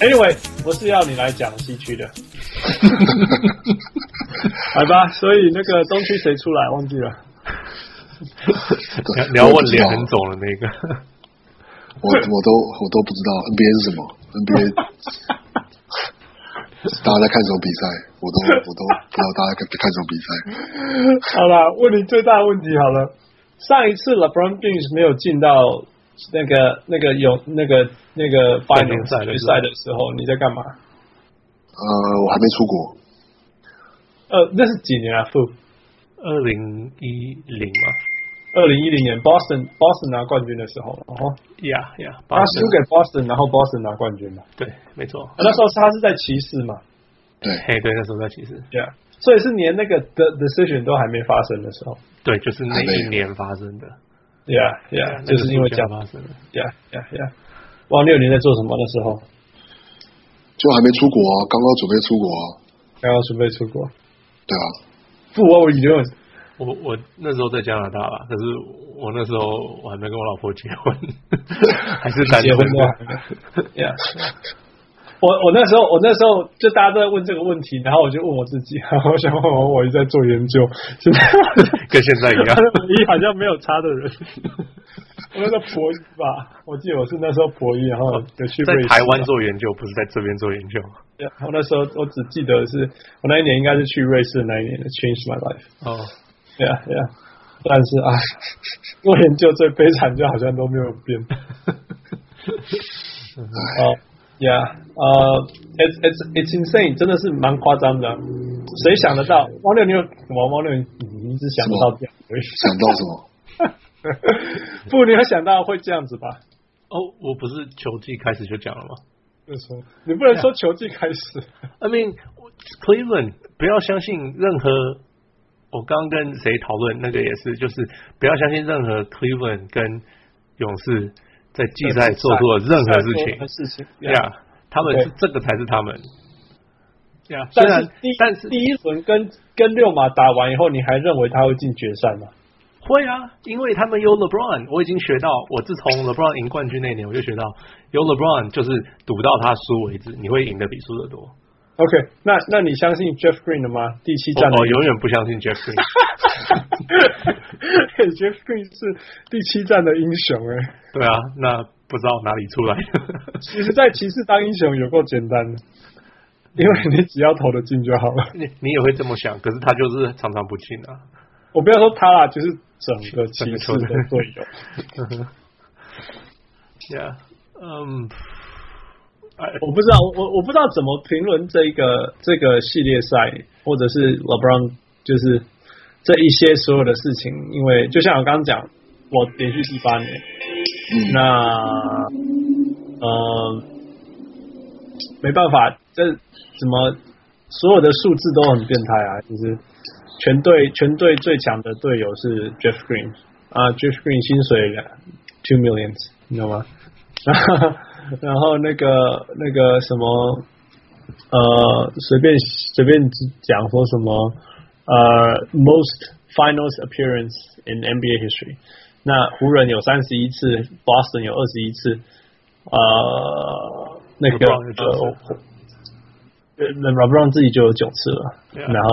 Anyway，我是要你来讲西 区的，来吧。所以那个东区谁出来忘记了？你要你要问脸很肿的那个， 我我都我都不知道 NBA 是什么，NBA 大家在看什么比赛，我都我都不知道大家在看什么比赛。好啦，问你最大的问题好了。上一次 LeBron James 没有进到那个那个有那个那个八冠军赛的时候决赛的时候，你在干嘛？呃，我还没出国，呃，那是几年啊？傅，二零一零嘛，二零一零年 Boston Boston 拿冠军的时候，哦，呀呀，八他十输给 Boston，然后 Boston 拿冠军嘛。啊对，没错，那时候他是在骑士嘛，对，嘿，对，那时候在骑士，对啊，所以是连那个的 decision 都还没发生的时候对，就是那还没一年发生的， ，Yeah Yeah，就是啊因为这这样样发生的， ，Yeah Yeah Yeah。王六，你在做什么那时候？就还没出国啊，刚刚准备出国啊，刚刚准备出国。对啊，不，我以为我我那时候在加拿大啦，可是我那时候我还没跟我老婆结 婚，还是单结身婚都还的，没 Yeah。我我那时候我那时候就大家都在问这个问题，然后我就问我自己，然后我想问我我一直在做研究，现在跟现在一 样，唯一好像没有差的 人。我那时候博一吧，我记得我是那时候博一，然后有去在瑞士台湾吧做研究，不是在这边做研究。对我那时候我只记得是我那一年应该是去瑞士的那一年的 Change My Life。哦，对啊对啊，但是 啊，做研究最悲惨就好像都没有 变。哦，Yeah，呃、i t s It's It's insane，真的是蛮夸张的。谁想得到？王六，你有什么？王六，你一直想不到这样而已。想到什么？不，你有想到会这样子吧？哦，我不是球季开始就讲了吗就说你不能说球季开始。 ？I mean Cleveland，不要相信任何。我刚刚跟谁讨论那个也是，就是不要相信任何 Cleveland 跟勇士在季赛做出的任何事情。事情呀他们是对这个才是他们。呀、虽但然是第但是第一轮跟跟六马打完以后，你还认为他会进决赛吗？会啊，因为他们有 LeBron，我已经学到，我自从 LeBron 赢冠军那年，我就学到有 LeBron 就是赌到他输为止，你会赢的比输的多。我、 OK，那那你相信 Jeff Green 了吗？第七站的、哦我永远不相信 Jeff Green，嘿 Jeff Green 是第七站的英雄哎、对啊，那不知道哪里出来的。其实，在骑士当英雄有够简单的，因为你只要投得进就好了。你你也会这么想，可是他就是常常不进啊。我不要说他啦，就是整个骑士整个球队的队友。 Yeah，嗯、哎我不知道，我我我不知道怎么评论这个这个系列赛，或者是 LeBron 就是这一些所有的事情，因为就像我刚刚讲，我连续第八年，那呃没办法，这怎么所有的数字都很变态啊，就是全队全队最强的队友是 Jeff Green 啊，Jeff Green 薪水 two millions，你知道吗？ 然后那个那个什么，呃，随便随便讲说什么，呃，most finals appearance in NBA history。那湖人有三十一次，Boston 有二十一次，呃，那个 LeBron 有九次呃呃那 LeBron 自己就有九次了 Yeah 然后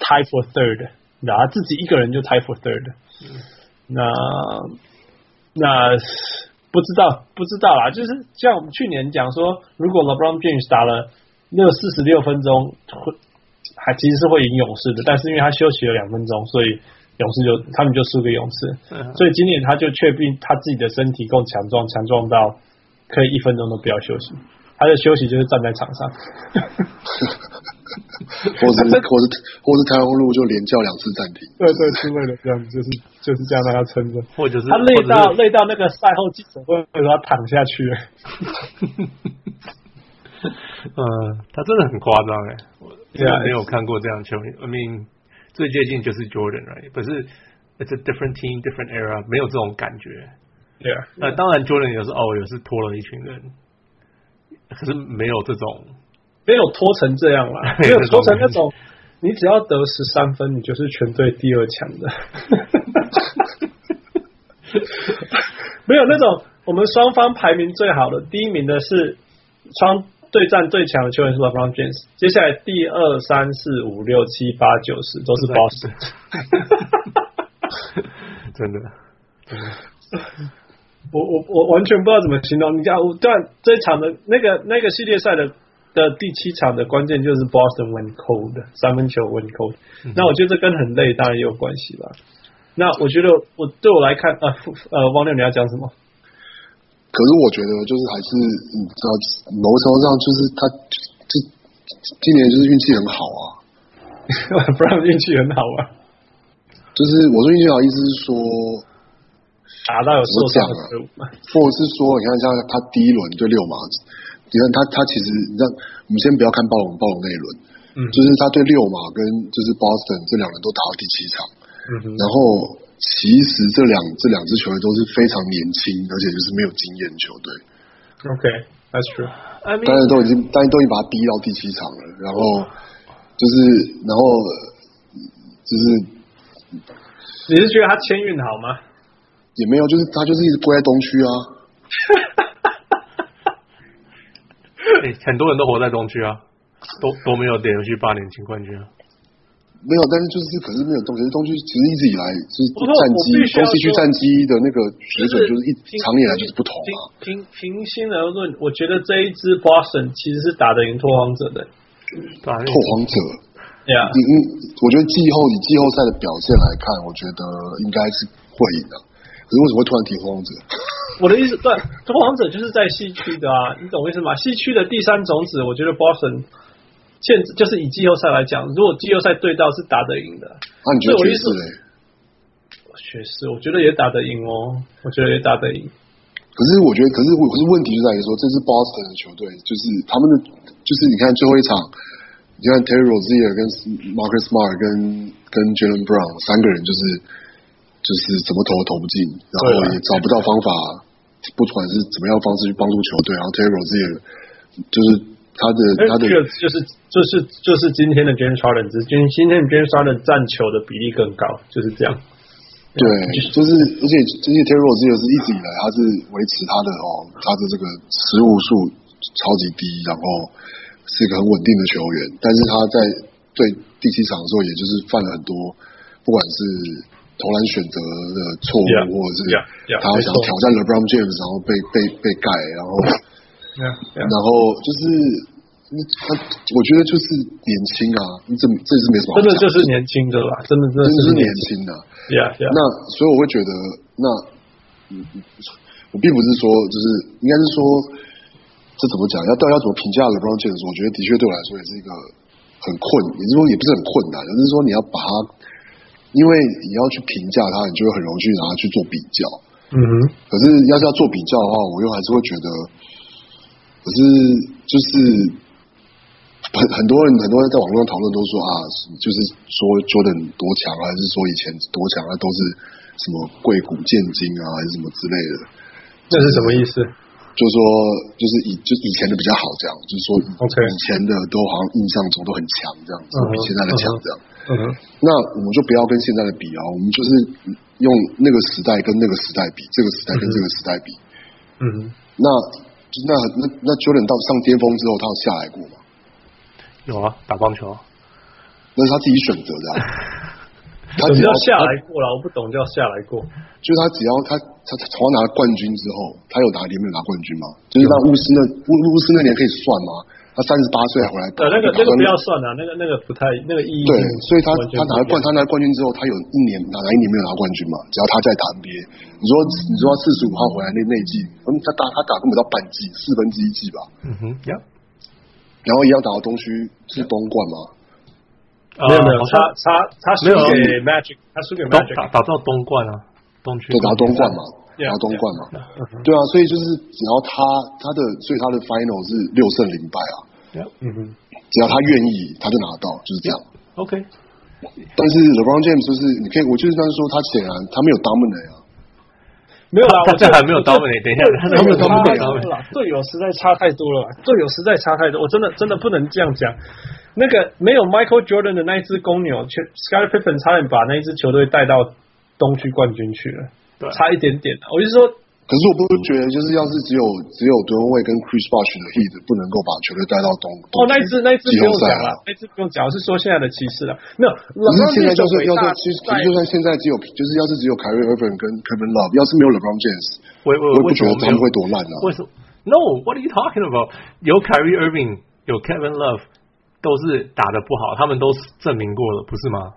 tie for third，然后他自己一个人就 tie for third，、那那不知道不知道啦，就是像我们去年讲说，如果 LeBron James 打了六四十六分钟，会还其实是会赢勇士的，但是因为他休息了两分钟，所以勇士就他们就输给勇士。嗯所以今年他就确定他自己的身体够强壮，强壮到可以一分钟都不要休息。他的休息就是站在场上，或者是或者是或者是台湾路就连叫两次暂停，对对之类的，这样子就是就是这样让他撑着。或者是他累或到者是累到那个赛后记者会会说他躺下去了。呃，他真的很夸张哎，我真 Yeah, 的没有看过这样球员。I mean，最接近就是 Jordan right，可是 it's a different team, different era，没有这种感觉。对啊，那、当然，Jordan 有时候哦，有时拖了一群人，可是没有这种没有拖成这样啦， 没有拖成那种，你只要得十三分，你就是全队第二强 的。没有那种我们双方排名最好的，第一名的是双对战最强的球员是 LeBron James，接下来第二、三、四、五、六、七、八、九、十都是 Boston。真的，我我我完全不知道怎么形容。你看，我对啊这场的那个那个系列赛的的第七场的关键就是 Boston went cold，三分球 went cold。那我觉得这跟很累当然也有关系啦。那我觉得我对我来看，呃呃，汪六你要讲什么？ 可是我觉得就是还是你知道，某个程度上就是他这今年就是运气很好啊。不然运气很好啊，就是我说运气好，意思是说，打到有受伤的队伍嘛。或者是说，你看像他第一轮就六马，你看他他其实你看，我们先不要看暴龙暴龙那一轮，嗯就是他对六马跟就是 Boston 这两人都打到第七场，嗯哼，然后其实这两这两支球队都是非常年轻，而且就是没有经验的球队，嗯 OK，that's、true。 I mean，但是都已经但是都已经把他逼到第七场了，然后嗯就是然后就是你是觉得他签运好吗？也没有，就是他就是一直归在东区啊，诶哎很多人都活在东区啊，都都没有连续八年进冠军啊。没有，但是就是可是没有东区，东区其实一直以来就是不过战绩我必须要东西区说战绩的那个水准就是一平常年来就是不同啊。平平平心而论，我觉得这一支 Boston 其实是打得赢拓荒者的。对啊，因为拓荒者，对啊你，你我觉得季后以季后赛的表现来看，我觉得应该是会赢的。可是为什么会突然提拓荒者？我的意思，对拓荒者就是在西区的啊，你懂我意思吗？西区的第三种子，我觉得 Boston 现就是以季后赛来讲，如果季后赛对到是打得赢的，那、啊你觉得对我爵意思士嘞？确实我觉得也打得赢哦，我觉得也打得赢。可是我觉得，可是可是问题就在于说，这支 Boston 的球队就是他们的，就是你看最后一场，你看 Terry Rozier 跟 Marcus Smart 跟跟 Jalen Brown 三个人就是就是怎么投都投不进，然后对啊也找不到方法，不管是怎么样的方式去帮助球队，然后 Terry Rozier 就是他的那他的这个就是就是就是今天的 James Harden，只是今今天的 James Harden 占球的比例更高，就是这样。对，就是而且而且 Terry Rozier 是一直以来他是维持他的哦，他的这个失误数超级低，然后是一个很稳定的球员，但是他在对第七场的时候，也就是犯了很多，不管是投篮选择的错误 Yeah, 或者是 yeah, yeah, 他没想错挑战 LeBron James，然后被被被盖，然后然后就是。嗯他，我觉得就是年轻啊，你怎么这是没什么好真的讲就是年轻的啦，真的真的真的是是年年轻。轻啊， Yeah, yeah. 那所以我会觉得，那嗯嗯我并不是说，就是应该是说，这怎么讲？要到底要怎么评价 LeBron James？我觉得的确对我来说也是一个很困，也就是说也不是很困难，而是说你要把它，因为你要去评价它，你就会很容易去拿它去做比较。嗯哼，可是要是要做比较的话，我又还是会觉得，可是就是很很多人很多人在网络上讨论都说啊，就是说 Jordan 多强啊，还是说以前多强啊，都是什么贵骨见金啊，还是什么之类的。那是什么意思？就是说，就是以就以前的比较好这样，就是说以 OK 以前的都好像印象中都很强这样子嗯哼，比现在的强这样。嗯哼，那我们就不要跟现在的比啊，我们就是用那个时代跟那个时代比，这个时代跟这个时代比。嗯哼，那那那那 Jordan 到上巅峰之后，他有下来过吗？有啊，打棒球啊，那是他自己选择 的、啊。他什么只要叫下来过了？我不懂叫下来过。就是他只要他他他从他拿了冠军之后，他有打联盟拿冠军吗？就是那巫师那巫巫师那年可以算吗？他三十八岁还回来打，呃，那个打那个到不要算了，那个那个不太那个意义。对，所以他完全他拿了不一样冠，他拿了冠军之后，他有一年哪哪一年没有拿冠军嘛？只要他在打 NBA，你说你说四十五号回来那那一季，嗯，他打他打根本到半季四分之一季吧，嗯哼，Yeah，然后一样打到东区是东冠嘛？呃没有没有好，啊他他像他输没有给 Magic，他输给东 Magic 打。打到东冠啊，东区对，拿东冠嘛， Yeah, 嗯拿东冠嘛，对啊，所以就是只要他他的，所以他的 final 是六胜零败啊， Yeah, 嗯哼，只要他愿意，他就拿到，就是这样。 ，OK，但是 LeBron James 就是你可以，我就是刚才说，他显然他没有 dominant 啊，没有啦，他啊我这觉得还没有啊 dominate，等一下他队还友没有啊差太 dominate 多了，队友实在差太多了，队友实在差太多，我真的真的不能这样讲。那个没有 Michael Jordan 的那一只公牛却，Scottie Pippen 差点把那一支球队带到东区冠军去了，啊对差一点点。我就说可是我不觉得，就是要是只有只有蹲位跟 Chris Bosh 的 Heat 不能够把球队带到东东哦，那一只那一只季不用后讲赛啊了，啊那一只不用讲，我是说现在的骑士了。没有，可是老现在就是要伟是大其实在就算现在只有就是要是只有凯瑞· i r v i n 跟 Kevin Love，要是没有 LeBron James，我呃我我也不觉得为他什么没有们会多烂啊。为什么？No，What are you talking about？有 Kyrie Irving，有 Kevin Love，都是打的不好，他们都是证明过了，不是吗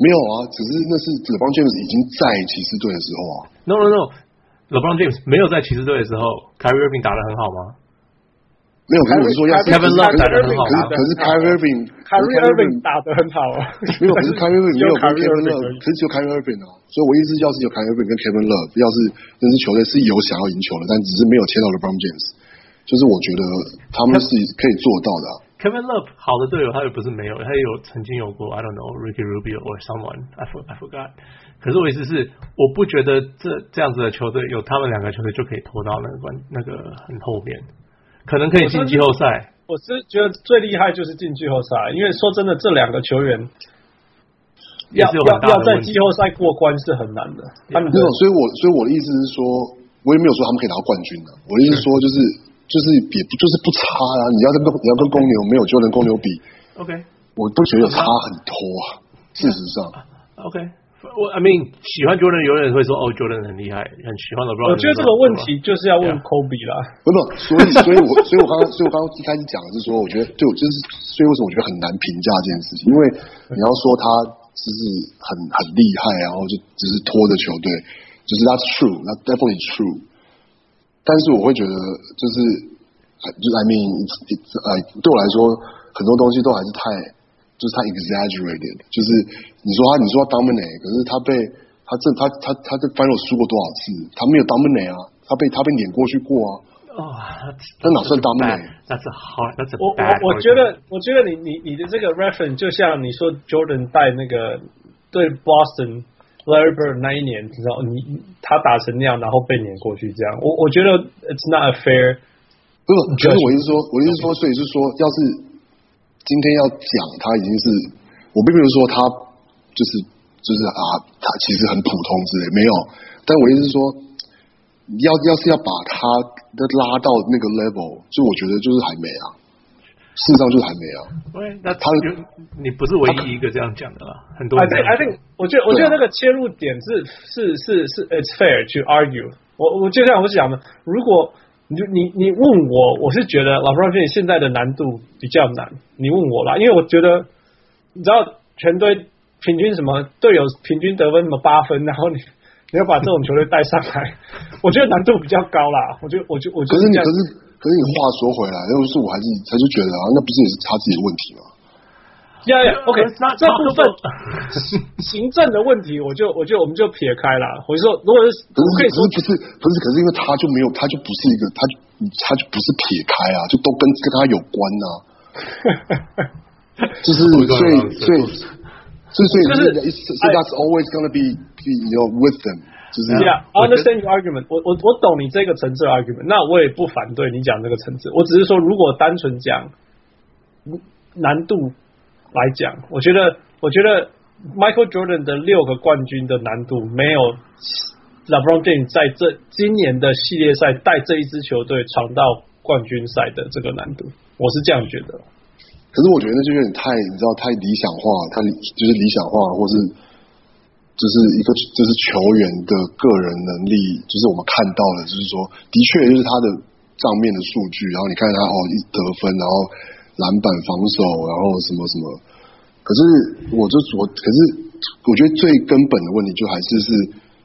没有啊，只是那是 LeBron James 已经在骑士队的时候啊。 ？No No No，LeBron James 没有在骑士队的时候，Kyrie Irving 打的很好吗？没有，可是我说要是 Kevin Love 打得很好可是可是 Kyrie Irving 凯瑞 Kyrie 尔本打得很好哦， 没有，可是 Kyrie Irving 没有跟 Kyrie Kevin Irving Love，而已可是只有 Kyrie Irving 啊。所以我意思，要是有 Kyrie Irving 跟 Kevin Love，要是那支球队是有想要赢球的，但只是没有签到 LeBron James，就是我觉得他们是可以做到的啊、 Kevin Love 好的队友，他也不是没有，他也有曾经有过，I don't know Ricky Rubio or someone I for, I forgot。可是我意思是，我不觉得这这样子的球队有他们两个球队就可以拖到那个关那个很后面，可能可以进季后赛。我是觉得最厉害就是进季后赛，因为说真的，这两个球员也要是有要很要大的在问季题后赛过关是很难的。他们的没有，所以我所以我的意思是说，我也没有说他们可以拿到冠军的、我的意思是说就是就是也不就是不差啊。你要跟公你要跟公牛没有就能公牛比， OK 我不觉得有差很多啊。事实上， OK，我 I mean 喜欢 Jordan 有人会说哦 Jordan 很厉害，很喜欢 LeBron。我觉得这个问题就是要问 Yeah Kobe 啦。 不不，所以所以我所以我刚刚所以我刚刚一开始讲的是说，我觉得对我就是所以为什么我觉得很难评价这件事情，因为你要说他就是很很厉害，然后就只是拖着球队，就是 that's true，那 definitely true。但是我会觉得就是呃就是 I mean it's it's 呃对我来说很多东西都还是太就是太 exaggerated，就是你说他你说他 dominate，可是他被他这他他他这 final 输过多少次？他没有 dominate 啊，他被他被碾过去过啊。哦，那哪算 dominate？ ？That's a hard. That's a 我 bad. 我我觉得，我觉得你你你的这个 reference 就像你说 Jordan 带那个对 Boston Larry Bird 那一年，你知道你你他打成那样，然后被碾过去这样。我我觉得 it's not a fair。不是，可是我意思说，我意思说，所以是说，要是今天要讲他已经是，我并没有说他就是就是啊，他其实很普通之类，没有。但我意思是说，要要是要把他拉到那个 level，就我觉得就是还没啊，事实上就是还没啊。喂，那他你不是唯一一个这样讲的啦，很多 I 人 think 这样 I 讲。 think 我觉得我觉得对那个啊切入点是是是是 it's fair to argue 我。我就像我讲的，如果你你你问我，我是觉得 LeBron James 现在的难度比较难。你问我啦，因为我觉得你知道全队平均什么队友平均得分什么八分，然后你你要把这种球队带上来，我觉得难度比较高啦。我就我就我可就是你这样可是可是你话说回来，要是我还是还是觉得啊，那不是也是他自己的问题吗？呀呀，OK， Let's not 这 talk 部分 about- 行政的问题，我就我就我们就撇开啦。我就说，如果是可我是可以可说是不是不是，可是因为他就没有，他就不是一个，他就他就不是撇开啊，就都跟跟他有关 呐、就是所以 We're going 所以 around in 所以 circles. 所以就是哎 so- so that's always gonna be you know with them，就 是 Yeah, I 我觉得 understand your argument 我。我我懂你这个层次的 argument，那我也不反对你讲这个层次。我只是说，如果单纯讲嗯难度来讲，我觉得我觉得 Michael Jordan 的六个冠军的难度没有 LeBron James 在这今年的系列赛带这一支球队闯到冠军赛的这个难度，我是这样觉得。可是我觉得那就有点太，你知道，太理想化，太理就是理想化，或是就是一个就是球员的个人能力，就是我们看到了，就是说，的确就是他的账面的数据，然后你看他哦一得分，然后篮板防守，然后什么什么。可是我就我，可是我觉得最根本的问题就还是是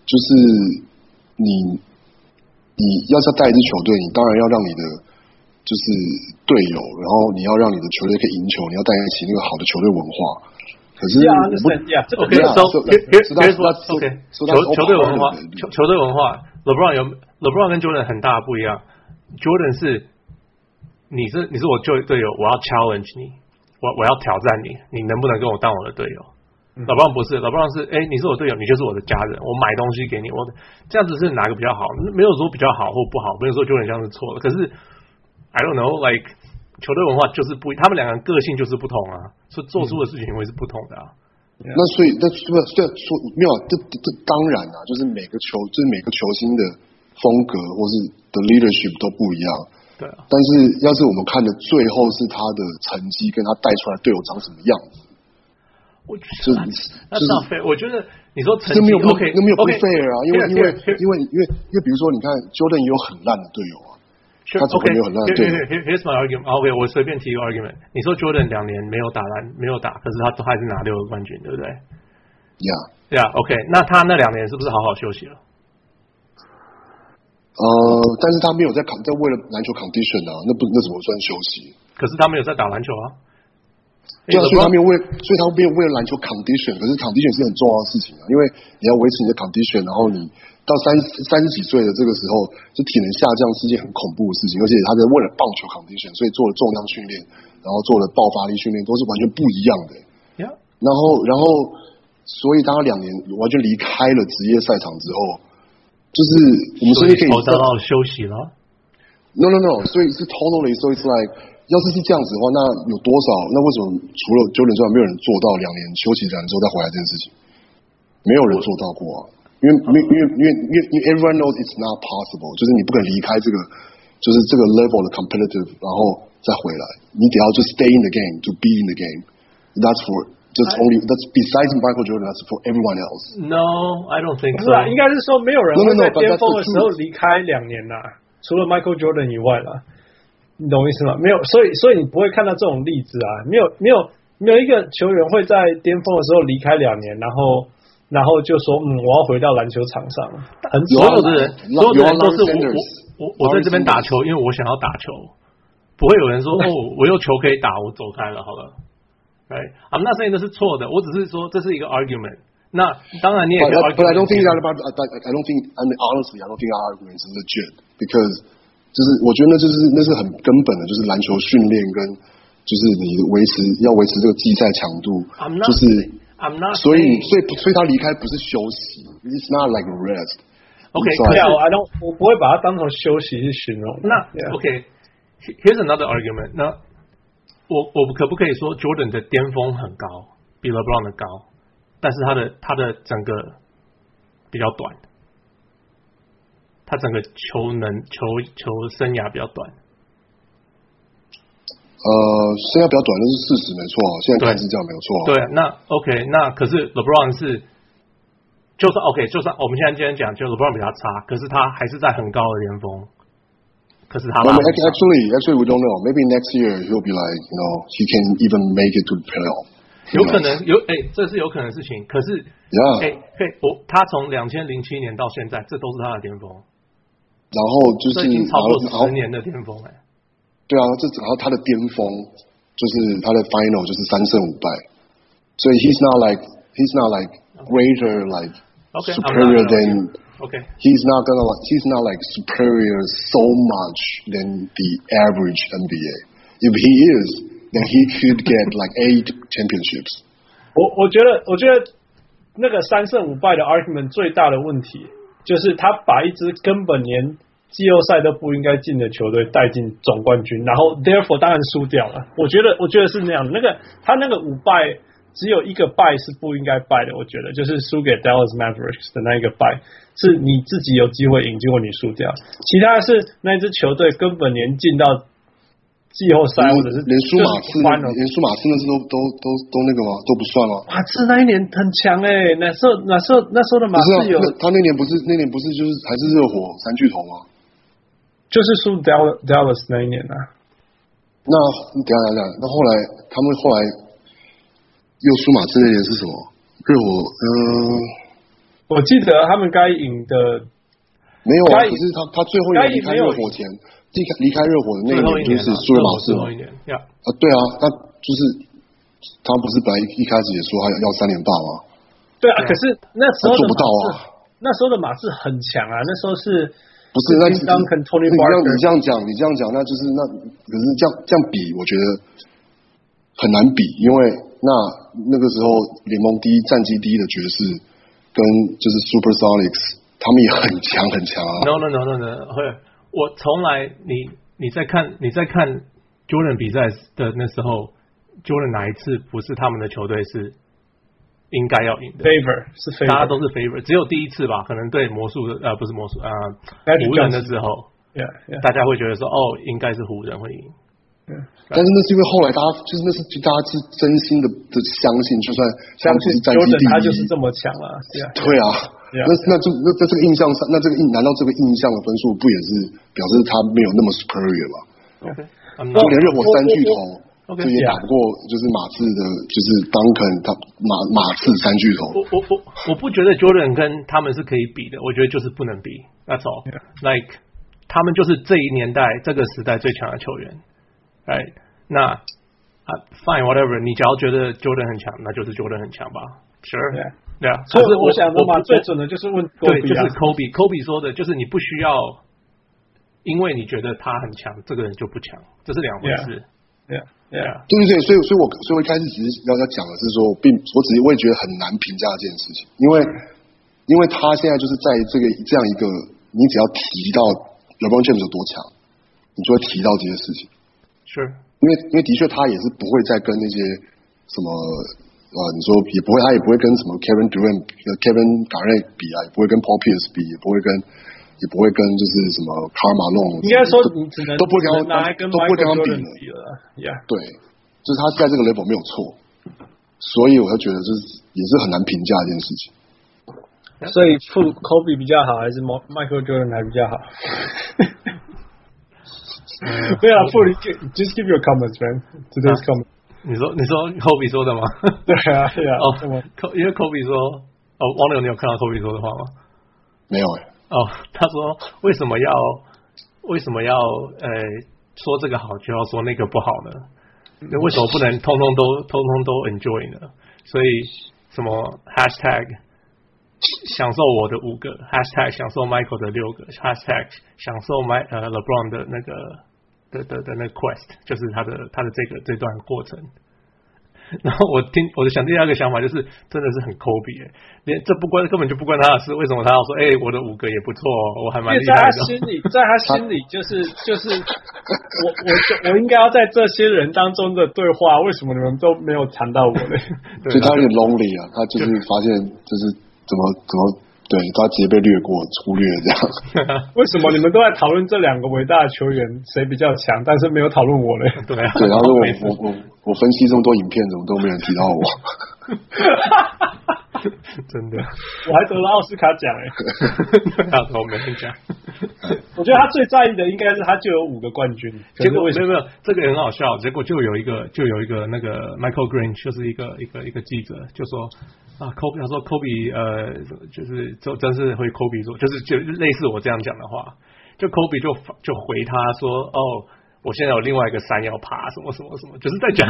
就是你你要是要带一支球队，你当然要让你的就是队友，然后你要让你的球队可以赢球，你要带起那个好的球队文化。可是 Yeah, I 我不 understand. Yeah，这个 OK，这个 Yeah, so so here- here- so that's- here's what that's- OK so 球 that's all 球队文化 part of it. 球球队文化，LeBron 有 LeBron 跟 Jordan 很大的不一样，Jordan 是你是你是我队队友，我要 challenge 你，我我要挑战你，你能不能跟我当我的队友？老布朗不是，老布朗是，哎、你是我队友，你就是我的家人，我买东西给你，我这样子是哪个比较好？没有说比较好或不好，没有说 Jordan 这样是错的。可是 I don't know，like 球队文化就是不一，他们两个人个性就是不同啊，所以做出的事情会是不同的啊。那所以，那是不是对说没有啊？这这这当然啊，就是每个球，就是每个球星的风格或是的 leadership 都不一样。对啊，但是要是我们看的最后是他的成绩跟他带出来队友长什么样子，我觉就得那就是浪费。我觉得你说成这没绩有不 OK，那没有不 OK， fair 啊，因为 here- 因为 here- 因为因为因为比如说你看 Jordan 也有很烂的队友啊， Sure, 他怎么 okay, 没有很烂 here- 对 here- here- Here's my argument. 啊 OK，我随便提一个 argument。你说 Jordan 两年没有打篮，没有打，可是他都还是拿六个冠军，对不对？呀、yeah.。对啊，OK，那他那两年是不是好好休息了？呃，但是他没有在扛，在为了篮球 condition 啊，那不那怎么算休息？可是他没有在打篮球啊。对啊，所以他没有。有为，所以他没有为了篮球 condition，可是 condition 是很重要的事情啊，因为你要维持你的 condition，然后你到三三十几岁的这个时候，就体能下降是件很恐怖的事情，而且他在为了棒球 condition，所以做了重量训练，然后做了爆发力训练，都是完全不一样的欸、 Yeah, 然后，然后，所以当他两年完全离开了职业赛场之后，就是我们所甚以至可以投得到休息了。 No, no, no. 所以是 totally. So it's like，要是是这样子的话，那有多少？那为什么除了 Jordan 之外，没有人做到两年休息然之后再回来这件事情？没有人做到过啊。因为，因为，因为，因为，因为因为 everyone knows it's not possible，就是你不可能离开这个，就是这个 level 的 competitive，然后再回来。你得要 just stay in the game to be in the game. That's for that's only that's besides Michael Jordan. That's for everyone else. No, I don't think 不 so. 是啊，应该是说没有人 No, no, 会在 no, but 巅峰 that's 的 the 时候离开两年呐、除了 Michael Jordan 以外啦，你懂我意思吗？没有，所以所以你不会看到这种例子啊，没有没有没有一个球员会在巅峰的时候离开两年，然后然后就说嗯，我要回到篮球场上，很所少有的人，有啊所有的人都是有啊，Larry 我我我我在这边打球，因为我想要打球，不会有人说哦，我有球可以打，我走开了好了。Right，I'm not saying 这是错的，我只是说这是一个 argument。那当然你也可以 But, but I don't think that argument about. I, I I don't think. I mean, honestly, I don't think our argument is legit because 就是我觉得那就是那是很根本的，就是篮球训练跟就是你维持要维持这个季赛强度 I'm not 就是 I'm not 所以 saying- 所以所以他离开不是休息，It's not like rest。 OK， Sorry 对可是少。I don't，我不会把它当成休息去形容。那 Yeah. OK，here's another argument。那我我可不可以说 Jordan 的巅峰很高，比 LeBron 的高，但是他的他的整个比较短，他整个球能球球生涯比较短。呃，现在比较短，那是事实，没错啊。现在看是这样，没有错啊。对，那 OK，那可是 LeBron 是，就算 OK，就算我们现在今天讲，就 LeBron 比他差，可是他还是在很高的巅峰，可是 I 他拉 mean, 不上 actually, actually, we don't know. Maybe next year he'll be like, you know, he can even make it to the playoff. 有可能有哎、这是有可能的事情。可是 Yeah. 哎、对我他从两千零七年到现在，这都是他的巅峰，然后就这是已经超然过后十年的巅峰哎、对啊，这然后他的巅峰就是他的 final 就是三胜五败，所以 he's not like he's not like greater like OK， superior than OK he's not gonna like he's not like superior so much than the average NBA. If he is, then he could get like eight championships. 我我觉得，我觉得那个三胜五败的 argument 最大的问题，就是他把一支根本连季后赛都不应该进的球队带进总冠军，然后 therefore 当然输掉了。我觉得，我觉得是那样的。那个他那个五败只有一个败是不应该败的，我觉得就是输给 Dallas Mavericks 的那一个败，是你自己有机会赢，结果你输掉。其他是那支球队根本连进到季后赛啊或者是连连舒马就是刺 final 连舒马刺那次都都都都那个吗？都不算吗？马刺那一年很强哎、那时候那时候那时候的马不是啊刺有，那他那年不是那年不是就是还是热火三巨头吗？就是输 Dallas Dallas 那一年啊，那你等一下等一下，那后来他们后来又输马刺那年是什么？热火，嗯、我记得他们该赢的，没有该啊。可是他他最后一年离开热火前，离开离开热火的那最后一就年是了输了马刺最嘛后。一年呀。啊，对啊，那就是他不是本来一开始也说他要三连霸吗？对啊，对啊可是那时他候做的不马到啊刺，。那时候的马刺很强啊，那时候是不是，那 Tim Duncan、Tony 你这样你 Parker 这样讲，你这样讲，那就是那可是这样这样比，我觉得很难比，因为那那个时候联盟第一战绩第一的爵士跟就是 Super Sonics，他们也很强很强啊。 No no no no no，会，我从来你你在看你在看 Jordan 比赛的那时候，Jordan 哪一次不是他们的球队是应该要赢的。 favor 是 favor，大家都是 favor，只有第一次吧，可能对魔术的呃不是魔术啊、该湖人的时候， yeah yeah 大家会觉得说哦，应该是湖人会赢。但是那是因为后来大家就是那是大家是真心的的相信，就算相信是战绩 Jordan 第一，他就是这么强啊，yeah 对啊， Yeah. 那那就那在这个印象上，那这个印难道这个印象的分数不也是表示他没有那么 superior 吗？ OK，就连任我三巨头 OK，就也打不过，就是马刺的，就是 Duncan 他马马刺三巨头。我我我我不觉得 Jordan 跟他们是可以比的，我觉得就是不能比。That's all. Yeah. Like 他们就是这一年代这个时代最强的球员。Right？那啊，Fine whatever，你只要觉得 Jordan 很强，那就是 Jordan 很强吧。Sure. Yeah. 对啊。所以可是我我想的嘛，我最准的就是问我对 Kobe 就是啊 Kobe Kobe 说的，就是你不需要，因为你觉得他很强，这个人就不强，这是两回 Yeah. 事。 ，yeah 对 yeah 啊。对对对，所以所以我所以我一开始只是要要讲的是说，并我只是我也觉得很难评价这件事情，因为因为他现在就是在这个这样一个，你只要提到 LeBron James 有多强，你就会提到这些事情。 Sure. 因为因为的确他也是不会再跟那些什么呃，你说也不会，他也不会跟什么 Kevin Durant、呃 Kevin g a r r e t 比啊，也不会跟 Paul Pierce 比，也不会跟也不会跟就是什么 Karl Malone，应该说都你只能都不会跟只能拿来跟都不会跟他 Michael 比 Jordan 了。比了，yeah 啊对，就是他在这个 level 没有错，所以我就觉得就是也是很难评价这件事情。所以负 Kobe 比较好，还是 Mo- Michael Jordan 还比较好？ 没有啊，负你 just give your comments, man. Ah. Today's comment. 你说你说 Kobe 说的吗？对啊，对啊。哦这么，科因为 Kobe 说，哦，王柳，你有看到 Kobe 说的话吗？没有哎、哦，他说为什么要为什么要呃说这个好就要说那个不好呢？那为什么不能通通都通通都 enjoy 呢？所以什么 hashtag 享受我的五个 hashtag 享受 Michael 的六个 hashtag 享受 My 呃 LeBron 的那个的的的那个 quest 就是他的他的这个这段过程。 然后我听我就想第二个想法就是真的是很抠鼻、欸，连这不关根本就不关他的事，为什么他要说哎、我的五个也不错、哦，我还因蛮为厉在害他的。心里，在他心里就是就是，我我就我应该要在这些人当中的对话，为什么你们都没有谈到我 呢？ 对所以他有点 lonely 啊，他就是发现就是怎么怎么对他直接被略过忽略 这样，为什么你们都在讨论这两个伟大的球员谁比较强，但是没有讨论我呢？对啊，对，然后我每次我我我分析这么多影片，怎么都没人提到我， 真 的，我还得了奥斯卡奖哎、 到时候没人讲。我觉得他最在意的应该是他就有五个冠军，可结是果为没什有么？没有，这个也很好笑。结果就有一个就有一个那个 Michael Green，就是一个一个一个记者，就说啊，Kobe，他说 Kobe 呃，就是就真是会 Kobe 做，就是就类似我这样讲的话，就 Kobe 就就回他说哦，我现在有另外一个山要爬，什么什么什么，就是在 讲。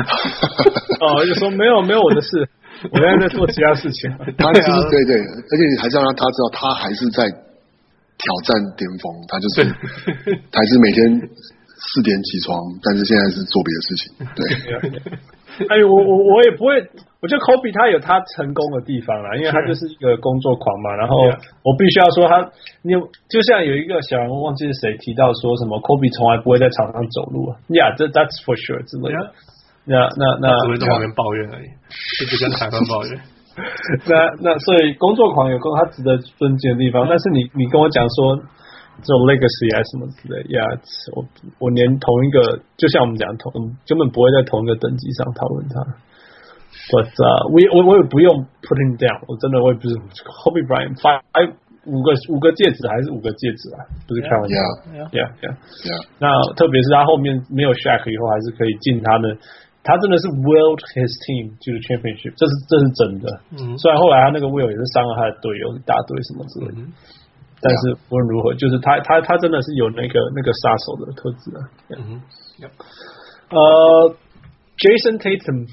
哦，就说没有没有我的事， 我现在在做其他事情。他就是对啊对对，而且还是要让他知道他还是在挑战巅峰，他就是 他还是每天四点起床，但是现在是做别的事情， 对， 哎，我我我也不会，我觉得 Kobe 他有他成功的地方啦，因为他就是一个工作狂嘛。然后 Yeah 我必须要说他，你有就像有一个小人物忘记是谁提到说什么 Kobe 从来不会在场上走路啊，Yeah，这 That's for sure 之类的。那那呃那啊只会在旁边抱怨而已，就只跟裁判抱怨。那那所以工作狂有工他值得尊敬的地方，但是你你跟我讲说这种 legacy 啊什么之类呀我我连同一个，就像我们讲同根本不会在同一个等级上讨论它。But、uh, 我也我我也不用 put him down，我真的我也不是 Kobe Bryant five 五个五个戒指还是五个戒指啊，不是开玩笑。 Yeah. yeah yeah。对啊，那特别是他后面没有 Shaq 以后，还是可以进他的，他真的是 willed his team to the championship，这是这是真的。嗯虽然后来他那个 will 也是伤了他的队友一大堆什么之类的，嗯但是无论如何，就是他他他真的是有那个那个杀手的特质啊。嗯哼，Yep 呃，Jason Tatum，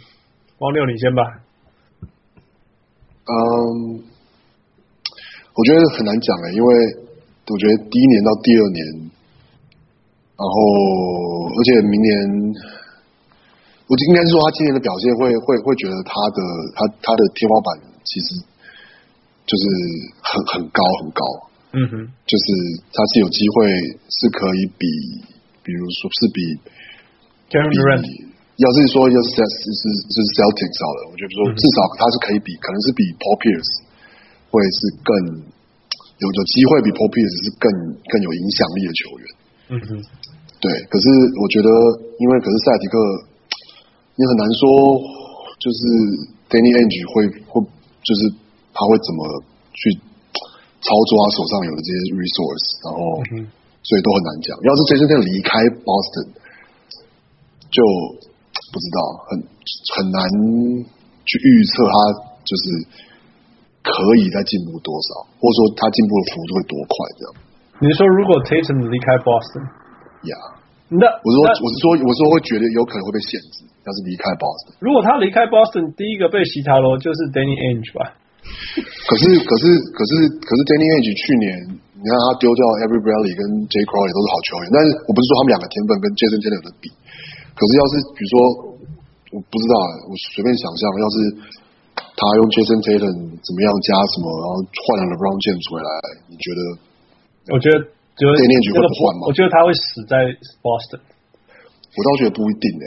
王六你先吧。嗯，我觉得很难讲欸诶，因为我觉得第一年到第二年，然后而且明年，我应该是说他今年的表现会会会觉得他的他他的天花板其实就是很很高很高，嗯哼，就是他是有机会是可以比，比如说是比 Kevin 比 Durant，要是说要是是是是 Celtics 好了，我觉得说至少他是可以比，可能是比 Paul Pierce 会是更有有机会比 Paul Pierce 是更更有影响力的球员。嗯哼，对，可是我觉得，因为可是赛迪克也很难说，就是 Danny Ainge 会会就是他会怎么去操作他手上有的这些 resource，然后所以都很难讲。要是 Jason t a 离开 Boston，就不知道很很难去预测他就是可以再进步多少，或者说他进步的幅度会多快这样。你是说如果 Tatum 离开 Boston， Yeah。那我是说，那我是说，我是说会觉得有可能会被限制，要是离开 Boston。如果他离开 Boston，第一个被洗塔罗就是 Danny Ainge 吧？可是，可是，可是，可是，Danny Age 去年，你看他丢掉 Every Bradley 跟 J Crowley 都是好球员，但是我不是说他们两个天分跟 Jason Taylor 的比，可是要是比如说，我不知道，啊我随便想象，要是他用 Jason Taylor 怎么样加什么，然后换了 LeBron James 回来，你觉得我觉得就是 Danny Ainge 那个会不换吗我觉得他会死在 Boston。我倒觉得不一定哎、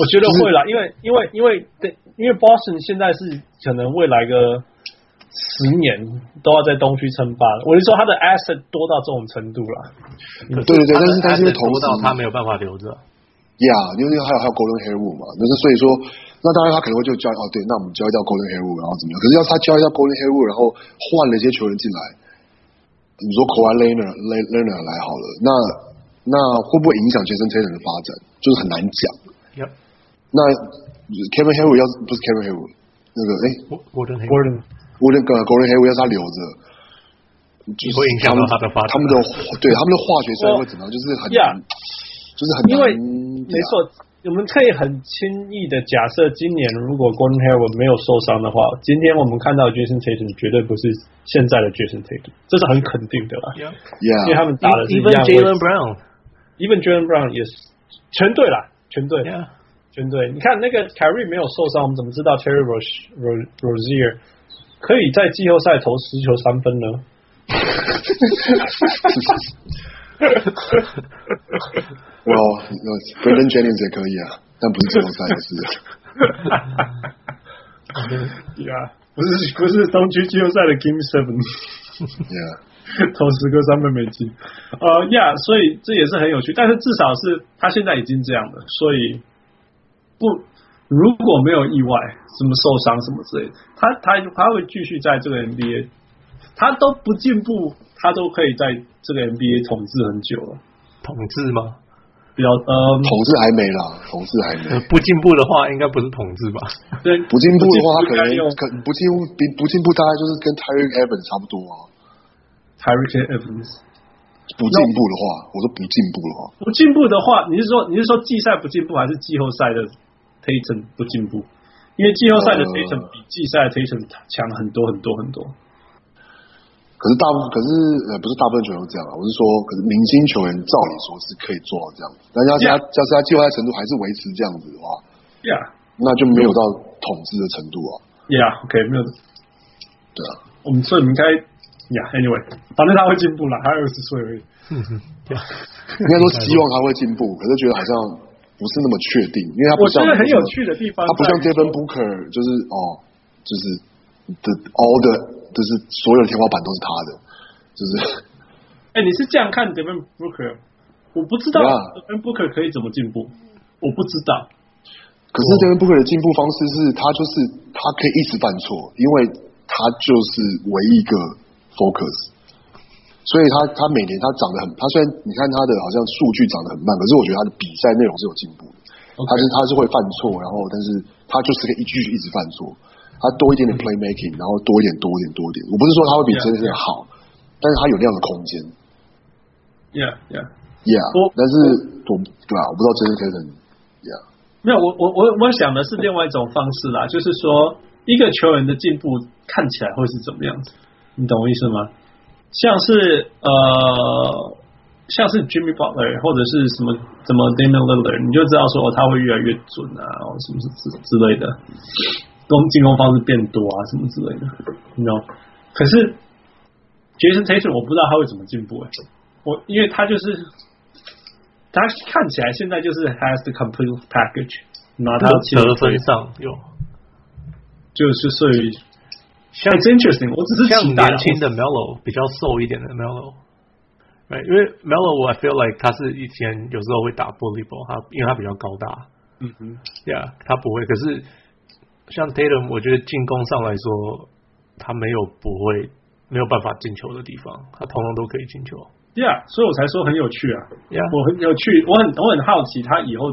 我觉得就是会啦，因为因为因为对，因为 Boston 现在是可能未来个十年都要在东区称霸了。我是说他的 asset 多到这种程度了。对对对但是但是因为同多时到他没有办法留着， Yeah，因为还有还有 Golden Hairwood 嘛，那是所以说，那当然他可能会就交易哦，对，那我们交易掉 Golden Hairwood，然后怎么样？可是要是他交易掉 Golden Hairwood，然后换了一些球员进来，你说 k a w i Leonard Le- Leonard 来好了，那那会不会影响 Jason Tatum 的发展？就是很难讲。要那 Kevin Hairwood 要是不是 Kevin Hairwood，那个哎，我我真的 Gordon，我那个 Golden Hairwood 要是他留着，就会影响到他的发他展们的对他们的化学反应会怎么样？就是很难 Yeah 就是很因难为讲没错，我们可以很轻易的假设，今年如果 Gordon Hayward 没有受伤的话，今天我们看到的 Jason Tatum 绝对不是现在的 Jason Tatum，这是很肯定的啦。因为他，Yeah，们打的是一 even 样 Jalen Brown， Brown，Even Jalen Brown 也是全对啦，全对。 yeah，全队，你看那个凯瑞没有受伤，我们怎么知道 Terry Roz- Roz- Rozier 可以在季后赛投十球三分呢？ Well，那 Brandon Jennings 也可以啊，但不是季后赛的事。对啊，不是不是东区季后赛的 Game Seven Yeah， 投十个三分没进，呃呀，所以这也是很有趣，但是至少是他现在已经这样了，所以不如果没有意外，什么受伤什么之类的，他他他会继续在这个 NBA，他都不进步，他都可以在这个 NBA 统治很久了。统治吗？比较呃，统治还没啦，统治还没。不进步的话，应该不是统治吧？ 对，不进步的话，他可应该用能可不进步，比不进步大概就是跟 Tyreek Evans 差不多啊。 Tyreek Evans。不进步的话，我说不进步的话，不进步的话，你是说你是说季赛不进步，还是季后赛的 Tatum 不进步？因为季后赛的呃 Tatum 比季赛的 Tatum 强很多很多很多。可是大部分可是呃不是大部分球员都这样啊。我是说，可是明星球员照理说是可以做到这样，但要是他 Yeah 要是他季后赛程度还是维持这样子的话， Yeah, 那就没有到统治的程度啊。 yeah, OK，没有，对啊，我们所以我们应该，Yeah, anyway，反正他会进步了，他二十岁而已。应该说希望他会进步，可是觉得好像不是那么确定，因为他不我觉像得很有什么趣的地方在他于说，不像 Devin Booker，就是哦，就是的 all 的，就是所有的天花板都是他的，就是哎、你是这样看 Devin Booker？我不知道 Yeah Devin Booker 可以怎么进步，我不知道。可是 Devin Booker 的进步方式是他就是他可以一直犯错，因为他就是唯一一个 focus，所以他他每年他长得很，他虽然你看他的好像数据长得很慢，可是我觉得他的比赛内容是有进步的。 OK 他是他是会犯错，然后但是他就是可以一句一直犯错，他多一点点 play making，然后多一点多一点多一点。我不是说他会嗯比 Yeah, 真的好，但是他有那样的空间 Yeah, yeah. ，Yeah 我。但是我对啊，我不知道真的 t a t u y e a h 没有，我我我我想的是另外一种方式啦，就是说一个球员的进步看起来会是怎么样子，你懂我意思吗？像是呃，像是 Jimmy Butler 或者是什么什么 Damian Lillard，你就知道说、哦、他会越来越准啊，哦、什么之之类的，攻进攻方式变多啊，什么之类的，你知道？可是 Jason Tatum 我不知道他会怎么进步、欸，我因为他就是他看起来现在就是 has the complete package，拿他其得实得分上有，就是属于像 it's interesting，我只是像期待啊年轻的 Melo 比较瘦一点的 Melo。对，因为 Melo 我 feel like 他是以前有时候会打玻璃波，他因为他比较高大，嗯哼， Yeah，他不会。可是像 Tatum，我觉得进攻上来说，他没有不会没有办法进球的地方，他通通都可以进球。 Yeah，所以我才说很有趣啊， Yeah，我很有趣，我很我很好奇他以后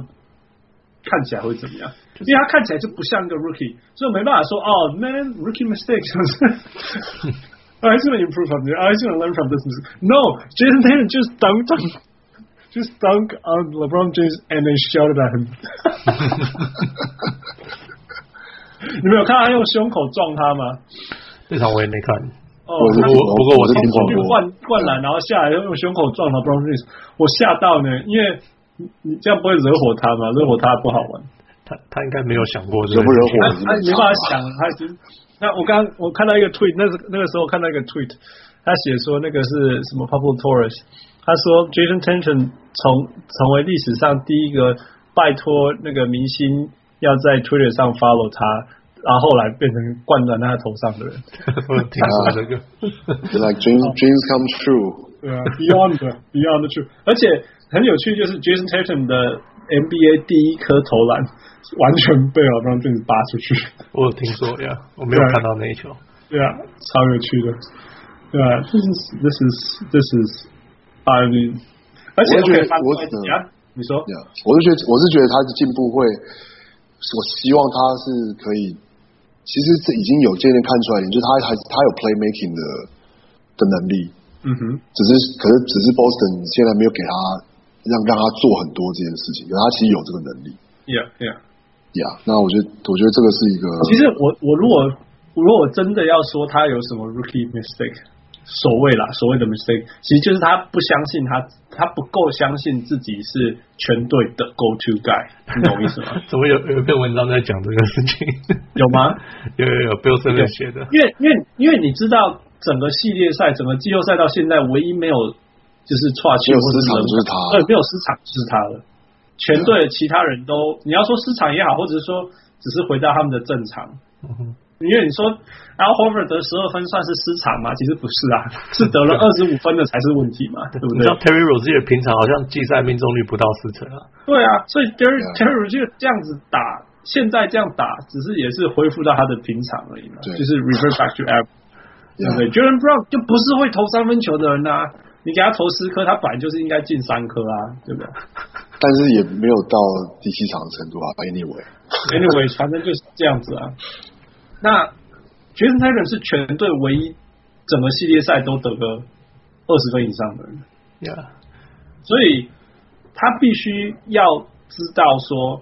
看起来会怎么样，因为他看起来就不像一个 rookie，所以我没办法说哦，man rookie mistake，是不是 ？I just want to improve from this. I just want to learn from this. mistake. No, Jason Tatum just dunked on, just dunked on LeBron James and then shouted at him. 你们有看到他用胸口撞他吗？这场我也没看。哦，我是他听不过我我是听听说广去播，灌灌篮，然后下来又用胸口撞了 Brown Reeves，我吓到呢，因为你你这样不会惹火他吗？惹火他不好玩，他他应该没有想过这惹个不惹事火情，他他我是没没查办法吧想，他已经。那我刚我看到一个 tweet，那是那个时候看到一个 tweet，他写说那个是什么 Pablo Torres，他说 Jason Tension 从成为历史上第一个拜托那个明星要在 Twitter 上 follow 他，然后后来变成灌在他头上的人。 我听说这个。 It's like dreams Oh dreams come true。对啊，Beyond Beyond True，而且很有趣，就是 Jason Tatum 的 NBA 第一颗投篮完全被 LeBron James 扒出去，我有听说呀，我没有看到那一球。对啊，超有趣的，对啊，This is This is This is I mean，而且我觉 OK，得反过来我只能讲啊你说 Yeah，我是觉得我是觉得他的进步会，我希望他是可以，其实这已经有渐渐看出来一点，就是他还他有 play making 的的能力，嗯哼，只是可是只是 Boston 现在没有给他让让他做很多这件事情，可他其实有这个能力。 ，Yeah Yeah。 Yeah，那我觉得我觉得这个是一个，其实我我如果如果真的要说他有什么 rookie mistake，所谓啦所谓的 mistake，其实就是他不相信他他不够相信自己是全队的 go to guy，你懂我意思吗？ 怎么有有一篇文章在讲这个事 情？有吗？有有有，Bill Simmons 写的。因为因为因为你知道整个系列赛整个季后赛到现在唯一没有就是跨区没有或者失常冷就是他对，没有失常就是他了。全队的其他人都，你要说失常也好，或者是说只是回到他们的正常，嗯哼因为你说 Al Horford 得十二分算是失常吗？其实不是啊，是得了二十五分的才是问题 嘛，对不你对知道？Terry Rozier 平常好像季赛命中率不到四成啊。对啊，所以 Terry Yeah. Terry 就这样子打，现在这样打，只是也是恢复到他的平常而已嘛，对就是 revert back to average，对 Yeah 不对？Jalen Brown 就不是会投三分球的人呐、啊，你给他投十颗，他本来就是应该进三颗啊，对 不对但是也没有到第七场的程度啊。Anyway， ？Anyway，反正就是这样子啊。那 Jason Tatum 是全队唯一整个系列赛都得个二十分以上的人。 Yeah，所以他必须要知道说，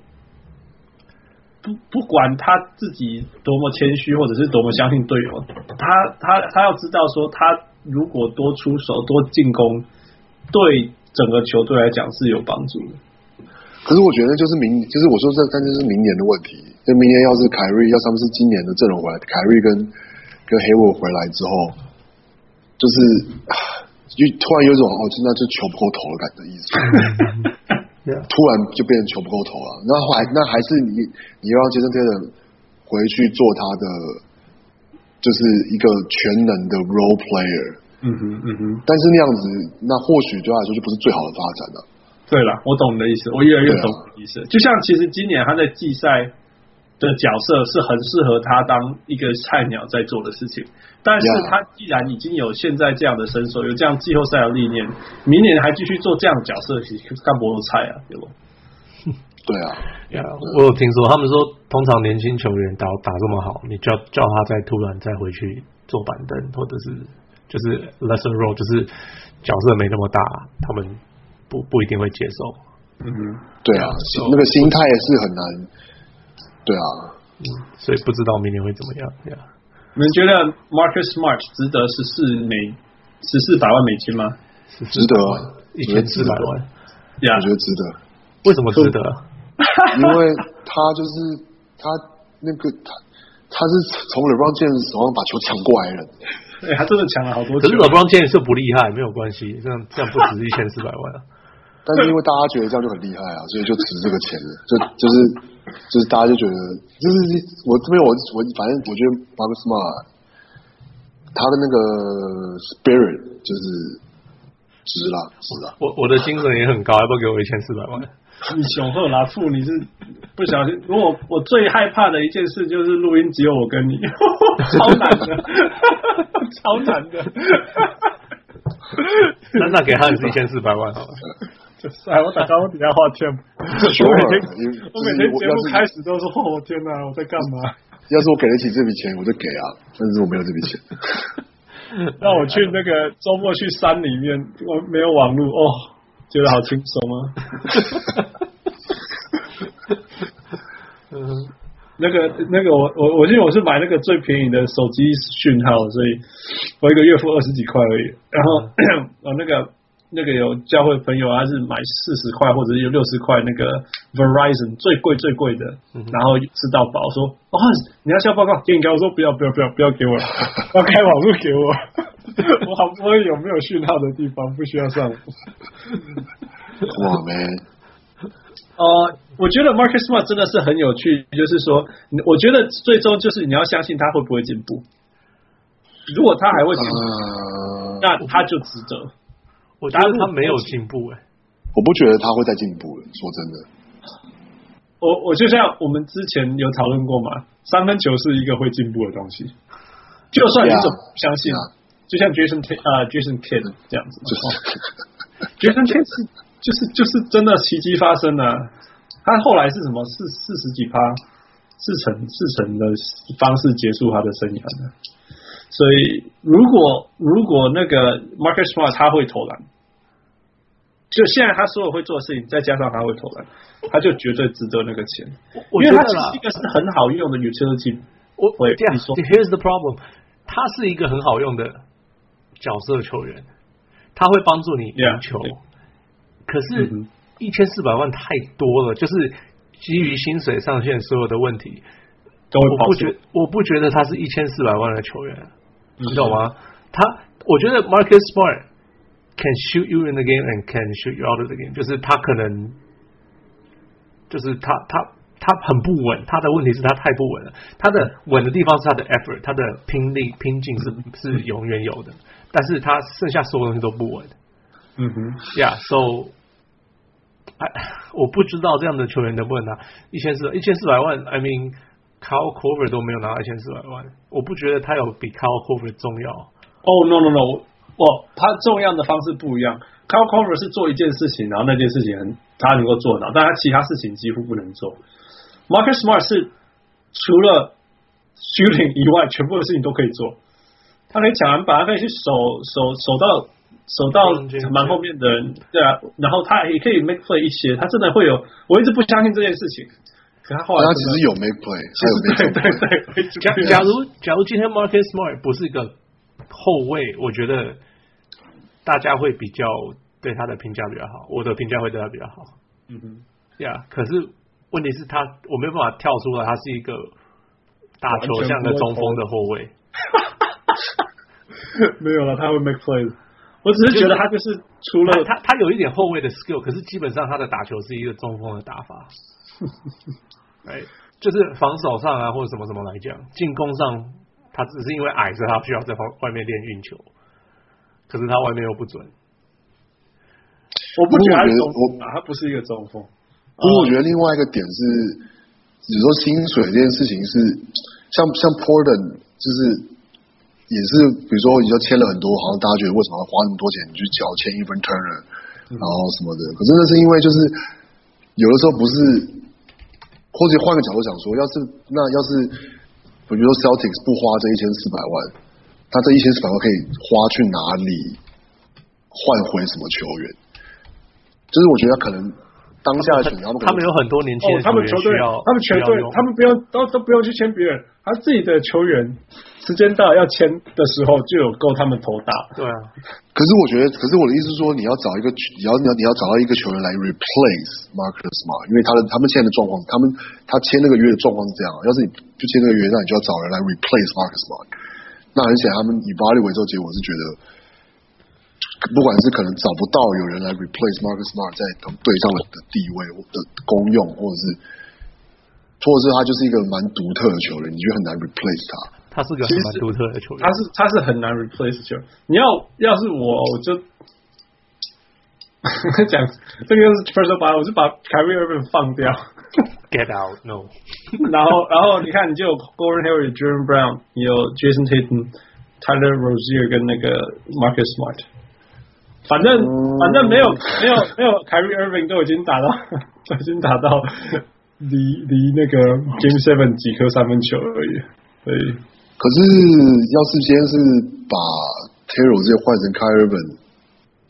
不不管他自己多么谦虚，或者是多么相信队友，他他他要知道说，他如果多出手、多进攻，对整个球队来讲是有帮助的。可是我觉得就是明，就是我说这，但就是明年的问题。就明年要是凯瑞，要是他们是今年的阵容回来，凯瑞跟跟黑沃回来之后，就是啊就突然有一种哦，就那就球不够投的感觉意思。 Yeah 突然就变成球不够投了，那还那还是你你要让杰森·泰勒回去做他的，就是一个全能的 role player。嗯哼，嗯哼，但是那样子，那或许对他来说就不是最好的发展了。对了，我懂你的意思，我越来越对啊懂你的意思。就像其实今年他在季赛的角色是很适合他当一个菜鸟在做的事情，但是 Yeah 他既然已经有现在这样的身手，有这样季后赛的历练，明年还继续做这样的角色，其实干博菜啊，对不？对啊，呀，我有听说，他们说通常年轻球员打打这么好，你叫叫他再突然再回去坐板凳，或者是就是 lesser role，就是角色没那么大，他们不不一定会接嗯受。哼，对啊，心那个心态是很难。对啊，所以不知道明年会怎么样呀你们觉得 Marcus Smart 值得十四美十四百万美金吗？值得，一我觉得千值四得百，万，呀、我觉得值 得，为什么值得？因为他就是他那个他他是从 LeBron James 手上把球抢过来的人，哎他真的抢了好多可球 是。LeBron James 就不厉害，没有关系，这样这样不值一千四百万啊。但但是因为大家觉得这样就很厉害啊，所以就值这个钱了，就就是就是大家就觉得，就是我这边我我反正我觉得 Marcus Smart 啊他的那个 spirit 就是值啦值啦，我我的精神也很高，要不要给我一千四百 万？你雄厚啦，富你是不小心。如果我最害怕的一件事就是录音只有我跟你， 超难 的，超难的。那那给汉斯一千四百万好了。就是哎，我打刚刚底下画天， sure， 我每天因为就是我每天我节要目是开始都是哦，我天哪，我在干嘛？要是我给得起这笔钱，我就给啊，但是我没有这 笔钱。让我去 那个周末去山里面，我没有网络哦，觉得好轻松啊。嗯，那个那个我我我记得我是买那个最便宜的手机讯号，所以我一个月付二十几块而已。然后 我、那个那个有教会朋友，他啊是买四十块或者是有六十块那个 Verizon 最贵最贵的，然后吃到饱。说哦，你要下报告给你给我说不要不要不要不要给我 了，要开网络 给我。我好不容易有没有讯号的地方不需要上网。哇没，呃，我觉得 Marcus Smart 真的是很有趣，就是说，你我觉得最终就是你要相信他会不会进步。如果他还会进步，呃，那他就值得。我觉得他没有进步哎、我不觉得他会再进步了。说真的，我我就像我们之前有讨论过嘛，三分球是一个会进步的东西，就算你 Yeah，怎么不相信 yeah 就像 Jason K 呃 Jason Kidd 这样子嘛，啊哦就是 Jason Kidd 是就是就是真的奇迹发生了、啊他后来是什么四四十几趴，四成四成的方式结束他的生涯的。所以如果如果那个 Marcus Smart 他会投篮，就现在他所有会做的事情，再加上他会投篮，他就绝对值得那个钱。我因觉为他得其啦实一，个是很好用的 utility 我会这样你说 Here's the problem，他是一个很好用的角色球员，他会帮助你赢 Yeah，球。对可是嗯哼，一千四百万太多了，就是基于薪水上限所有的问题，都会我跑不出觉我不觉得他是一千四百万的球员，你懂吗？他我觉得 Marcus Smart can shoot you in the game and can shoot you out of the game，就是他可能就是他他他很不稳，他的问题是他太不稳了。他的稳的地方是他的 effort，他的拼力拼劲是是永远有的，但是他剩下所有东西都不稳。嗯哼， Yeah，so，哎，我不知道这样的球员能不能拿一千四一千四百万。I mean，Kyle Korver 都没有拿一千四百万，我不觉得他有比 Kyle Korver 重要。哦、no no no，哦，他重要的方式不一样。Kyle Korver 是做一件事情，然后那件事情很他能够做到，但他其他事情几乎不能做。Marcus Smart 是除了 shooting 以外，全部的事情都可以做。他可以抢篮板，他可以去守守守到守到嗯对蛮后面的人，对啊，然后他也可以 make play 一些，他真的会有。我一直不相信这件事情，可他后来哦真但他其的实有 make play，他有 make 对 play 对。对，啊我一直假不相假信如假如今天 Marcus Smart 不是一个后卫，我觉得大家会比较对他的评价比较好，我的评价会对他比较好。嗯哼呀，可是问题是他我没有办法跳出来，他是一个打完全球不像个会中投锋的后卫。没有了，他会 make play 的。我只是觉得他就是除了他他他有一点后卫的 skill，可是基本上他的打球是一个中锋的打法，哎，就是防守上啊或者什么什么来讲，进攻上他只是因为矮，所以他需要在外外面练运球，可是他外面又不准。我不觉得他是中我锋啊，他不是一个中锋。不过我觉得另外一个点是，你说薪水这件事情是，像像 Portland 就是也是，比如说你说签了很多，好像大家觉得为什么要花那么多钱你去缴签 e v e n Turner，然后什么的，可是那是因为就是有的时候不是，或者换个角度讲说，要是那要是比如说 Celtics 不花这一千四百万，他这一千四百万可以花去哪里换回什么球员？就是我觉得可能当下的选择，他们有很多年轻呃的哦他们员球队需要，，他们球需要队用，他们不用都都不用去签别人，他自己的球员时间到要签的时候就有够他们头大。对啊，可是我觉得，可是我的意思是说，你要找一个，你要你要你要找到一个球员来 replace Marcus Smart，因为他的他们现在的状况，他们他签那个约的状况是这样啊，要是你不签那个约，那你就要找人来 replace Marcus Smart。那很显然，他们 evaluate 之后，结果是觉得不管是可能找不到有人来 replace Marcus Smart 在他们队上的地位或的功用，或者是，或者是他就是一个蛮独特的球员，你就很难 replace 他。他是个其实蛮独特的球他。员是他是很难 replace 球。你要要是我，我就 讲这个就是 first of all，我就把 Kyrie Irving 放掉， Get out, no。然后然后你看你就有 Gordon Hayward、Jerome Brown，你有 Jason Tatum、Tyler Rozier 跟那个 Marcus Smart。反正嗯反正没有没有没有 Kyrie Irving 都已经打到 都已经打到离离那个 Game Seven 几颗三分球而已，所以可是要是今天是把 Terrell 这些换成 k y r b e n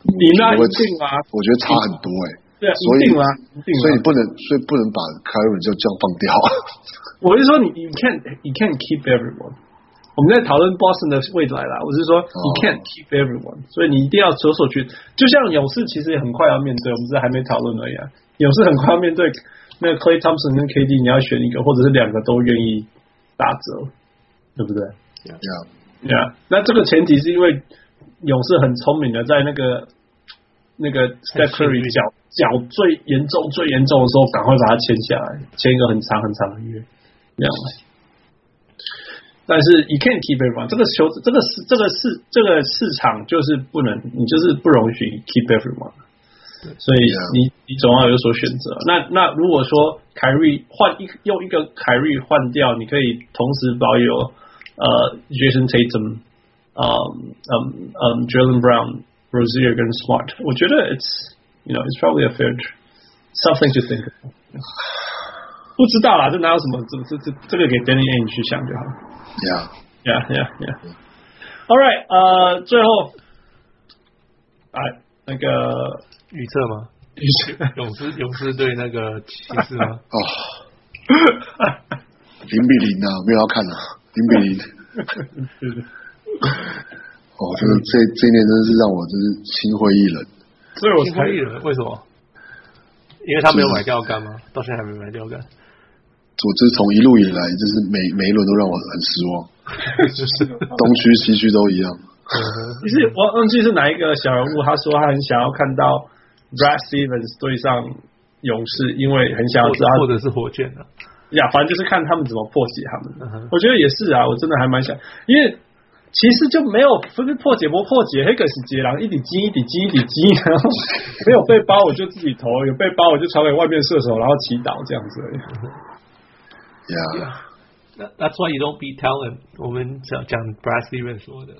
你那一我觉定得啊我觉得差很多哎、对啊所一以定啊一定啊所以不能，所以不能把 k y r b e n 就这样放掉。 我是说你，you can't you can't keep everyone。我们在讨论 Boston 的未来啦，我是说 you can't keep everyone，、所以你一定要有所去。就像勇士其实也很快要面对，我们只是还没讨论而已啊。勇士很快要面对那个 Clay Thompson 跟 KD，你要选一个，或者是两个都愿意打折，对不对？对啊， Yeah，那这个前提是因为勇士很聪明的，在那个那个 Steph 幸 Curry 运脚脚最严重、最严重的时候，赶快把它签下来，签一个很长很长的约，这样。但是 you can't keep everyone，这个球，这个市，这个市，这个市场就是不能，你就是不容许 keep everyone。所以 Yeah. 你你总要有所选择。那那如果说凯瑞换一用一个凯瑞换掉，你可以同时保有呃 Jason Tatum，嗯嗯嗯 Jalen Brown、Rozier 跟 Smart，我觉得 it's you know it's probably a fair tr- something to think about。不知道啦，这哪有什么这这这这个给 Danny a n g e 去想就好。 yeah， Yeah, yeah, yeah. All right，呃，最后，哎，那 个预测吗？勇士勇士对那个骑士吗？哦， 零比零啊，没有要看啊，零比零。 哦，这个这这一年真是让我真是心灰意冷。所以 我心才灰意冷，为什么？因为他没有买钓竿吗？到现在还没买钓 竿，我就是从一路以来，就是每每一轮都让我很失望，就是啊东区西区都一样。其实我忘记是哪一个小人物，他说他很想要看到 Brad Stevens 对上勇士，因为很想要或知道者他或者是火箭啊。呀，反正就是看他们怎么破解他们。嗯哼我觉得也是啊，我真的还蛮想，因为其实就没有不是破解不破解，黑个是杰狼一底金一底金一底金，然后没有被包我就自己投，有被包我就传给外面射手，然后祈祷这样子而已。 Yeah，那 That's why you don't be talent。我们讲讲 Brad Stevens 说的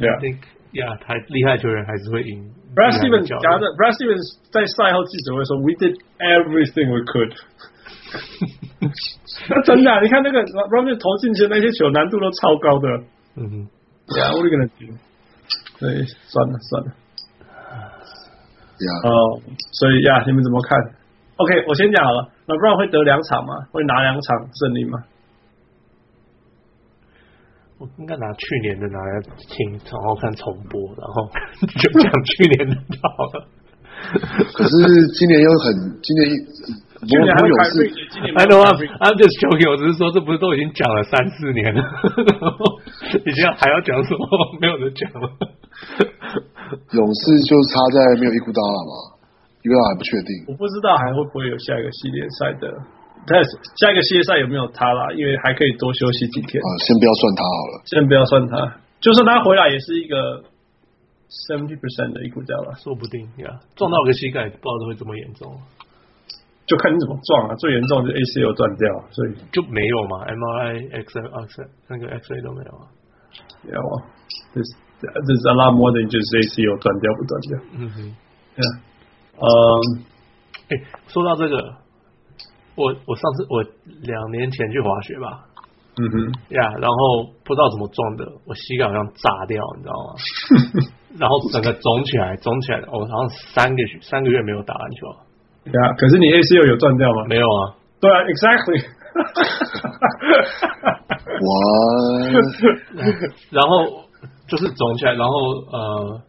Yeah. ，I think yeah，他厉害球员还是会赢。 Brad 厉害 Stevens 教练讲的，Brad Stevens 在赛后记者会说，We did everything we could。那真的啊、你看那个 r o n d o 投进去的那些球难度都超高的。嗯哼， Yeah, what are you gonna do？所以算了算了。 yeah，哦，所以呀，你们怎么看？OK，我先讲好了，那不然会得两场吗？会拿两场胜利吗？我应该拿去年的拿来听，然后看重播，然 后就讲去年的就好了。可是今年又很，今年不去过年不还过有勇凯士瑞，今年 I 没 know 有 I'm 凯瑞 I'm just joking，我只是说这不是都已经讲了三四年了， 然后你现在还要讲什么？没有人讲了。勇士就差在没有伊库达拉嘛，伊库达拉还不确定。我不知道还会不会有下一个系列赛的，但是下一个系列赛有没有他啦？因为还可以多休息几天啊，，先不要算他好了。先不要算他，就算他回来也是一个 seventy percent 的一股掉了，说不定呀撞到个膝盖，不知道会这么严重，啊就看你怎么撞啊，最严重就是 ACL 断掉，所以就没有嘛？MRI、X、X 那个 X-ray 都没有啊。要啊，this this a lot more than just ACL 断掉不断掉，嗯哼， Yeah. 嗯。哎、说到这个，我我上次我两年前去滑雪吧，嗯哼， 呀然后不知道怎么撞的，我膝盖好像炸掉，你知道吗？然后整个肿起来，肿起来，我好像三个三个月没有打篮球了，对啊，可是你 ACU 有断掉吗？没有啊，对啊，exactly。 哇，然后就是肿起来，然后呃，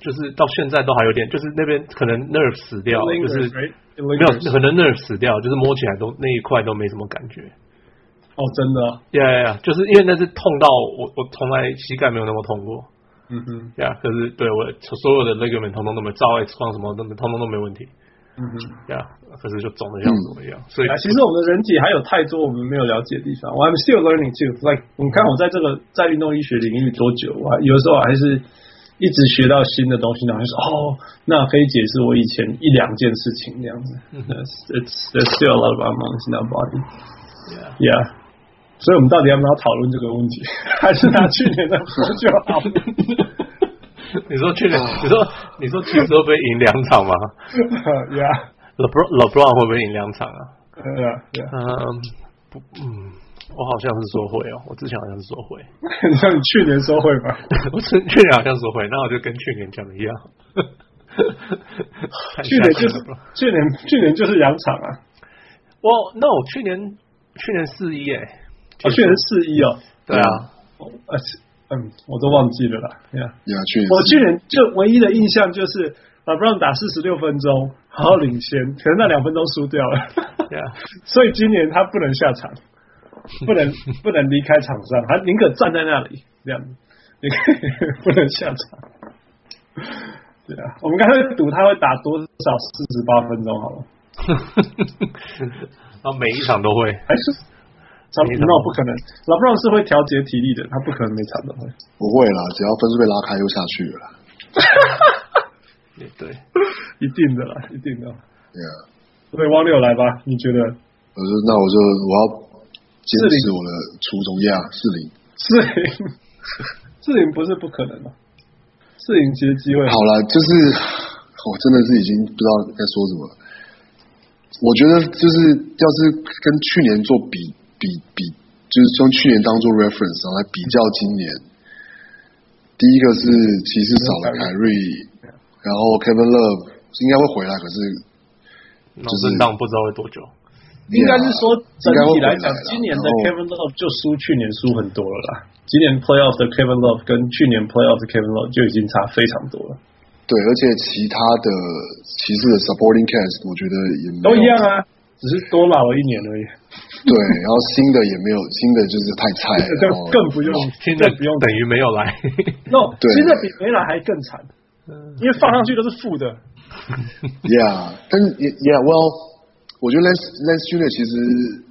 就是到现在都还有点，就是那边可能 nerve 死掉，就 Lingers, 是 right? 没 Lingers. 有可能 nerve 死掉，就是摸起来都那一块都没什么感觉。哦，真的哦，呀呀呀！就是因为那是痛到我，我从来膝盖没有那么痛过。嗯嗯哼，呀、可是对我所有的 ligament 通通都没照 X 光什么都通通都没问题，嗯哼。呀、可是就肿的像什么一样，所以啊，其实我们的人体还有太多我们没有了解的地方。我 I'm still learning too. Like，你看我在这个在运动医学领域多久啊？有时候还是一直学到新的东西，然后就说哦，那可以解释我以前一两件事情那样子。That's- 嗯 It's there's still a lot of unknowns in our body. Yeah. Yeah. 所以我们到底要不要讨论这个问题？ 还是拿去年的说就好 了？你说去年，你说你说骑士会不会赢两场 吗 yeah. ？LeBron LeBron 会不会赢两场啊？ Yeah. Yeah. 嗯，不，嗯，我好像是说会哦，我之前好像是说会，你像你去年说会吧？ 我是去年好像说会，那我就跟去年讲的 一样。太去年吓就人是了吧去年去年就是两场啊，我 no，去年去年四一哎，哦，去年四一哦。对啊，而且，嗯，我都忘记了啦。Yeah. 呀，去年 我去年就唯一的印象就是 LeBron 打四十六分钟，然后领先，可是那两分钟输掉了， 对啊， 所以今年他不能下场，不 能不能离开场上，他宁可站在那里这样，你 可以不能下场。对啊，我们刚才赌他会打多少四十八分钟好了，然后每一场都会，还是？他没什么 no 不可能，LeBron 是会调节体力的，他不可能每场都会。不会啦，只要分数被拉开又下去了啦。也对，一定的啦，一定的。对啊，所以汪六来吧，你觉得？我说那我就我要坚持我的初衷呀，四零。四零，四零不是不可能的，四零其实机会好了，就是我真的是已经不知道该说什么了。我觉得就是要是跟去年做比比比，就是将去年当做 reference 然后来比较今年。第一个是骑士少了凯瑞，嗯然后 Kevin Love 应该会回来，可是脑震荡不知道会多久。应该是说整体来讲应该会回来今啦，年的然后 Kevin Love 就输去年输很多了啦。今年 Playoff 的 Kevin Love 跟去年 Playoff 的 Kevin Love 就已经差非常多了，对，而且其他的骑士的 supporting cast 我觉得也没有都一样啊，只是多老了一年而已。对，然后新的也没有，新的就是太菜 了，更然后更不用现在更不用等于没有 来， No，对现在比梅兰还更惨，因为放上去都是负的。 Yeah，但是也 Yeah，Well，我觉得 Les Les Junior 其实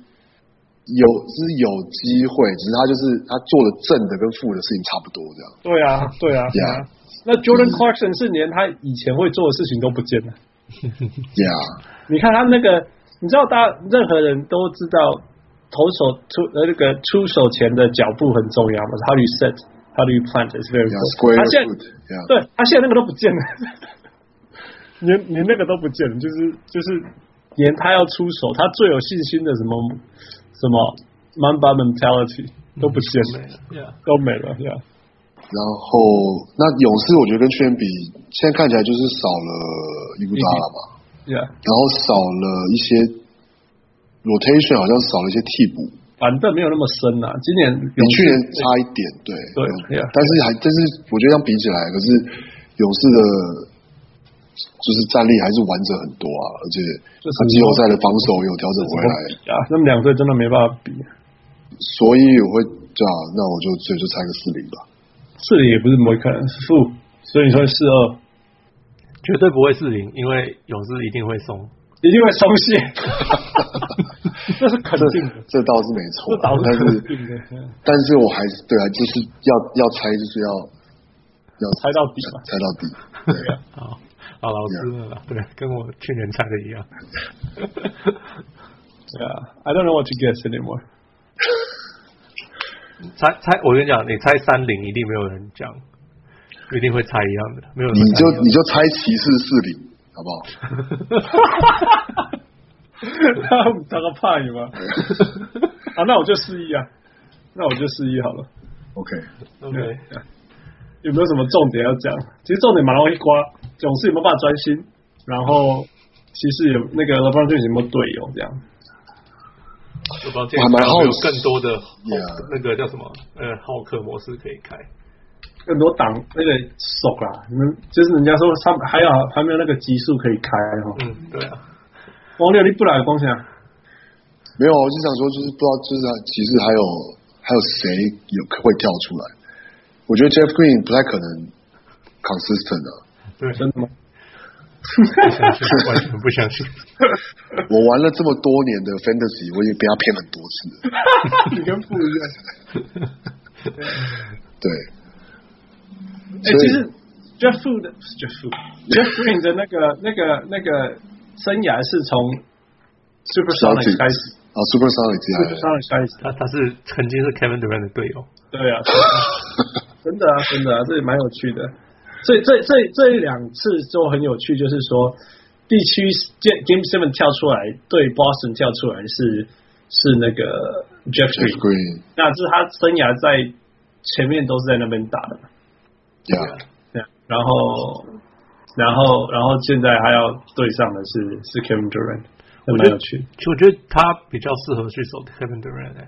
有是有机会，只是他就是他做的正的跟负的事情差不多这样。对啊，对啊。对啊 Yeah，Yeah，、那 Jordan Clarkson 是连他以前会做的事情都不见了。你看他那个，你知道大家任何人都知道投手出呃那个出手前的脚步很重要嘛，How do you set, how do you plant is very Yeah, square important。他哦现 foot, 在 yeah. 对他现在那个都不见了，连连那个都不见了，就是就是连他要出手，他最有信心的什么什么 Mamba mentality 都不见了，没了。都没了，yeah，然后那勇士我觉得跟去年比，现在看起来就是少了伊布扎了嘛，嗯 yeah，然后少了一些 rotation，好像少了一些替补，反正没有那么深啊。今年哎比比去年差一点，对对嗯 yeah 但是还但是我觉得这样比起来，可是勇士的，就是战力还是完整很多啊，而且就是他季后赛的防守也有调整回来，啊，那么两队真的没办法比，所以我会对啊，那我就所以就猜个四零吧。四零也不是没可能是负，所以你说四二绝对不会是零，因为勇士一定会松。一定会松懈， 这是肯定的，这倒是没错这啊，倒但是是肯定的，嗯但是我还是对啊，就是要要猜，就是要要猜到底嘛。猜到底。好，好老师了啦，对，跟我去年猜的一样。 Yeah, I don't know what to guess anymore. 猜猜，我跟你讲，你猜三零一定没有人讲，一定会猜一样的，没有人你会猜就一样你就猜骑士四零，好不好？他个怕你 吗？啊，那我就四一啊，那我就四一好了。 OK， OK，有没有什么重点要讲？其实重点蛮容易刮，总是有没有办法专心，然后其实有那个 LeBron James 有没有队友这样？我抱歉，我还蛮好奇有更多的 Yeah 那个叫什么呃浩克模式可以开。更多挡那个手啦，你们就是人家说他们还有还没有那个级数可以开哈。嗯，对啊，王六你不来光啊想，没有，我就想说，就是不知道，就是骑士还有还有谁有会跳出来？我觉得 Jeff Green 不太可能 consistent 啊 的、对，真的吗？不相信， 完全不相信。我玩了这么多年的 fantasy，我也被他骗很你多次了。跟啊不一样。对， 哎、所以其实 Jeff f o o 的不是 Jeff f o o Jeff Green 的那个 那个那个生涯是从 Super Sonic Celtics 开始啊，Super Sonic 啊， ，Super Sonic 开始，他他是曾经是 Kevin Durant 的队友，对啊，真的啊，真的啊，这也蛮有趣的。所以这这这两次都很有趣，就是说地区 Game Seven 跳出来对 Boston 跳出来是是那个 Jeff Jeff Green， Green 那这是他生涯在前面都是在那边打的嘛。 yeah，对，然后，然后，然后现在还要对上的是是 Kevin Durant，还蛮有趣。其实我觉得他比较适合去守 Kevin Durant，、欸、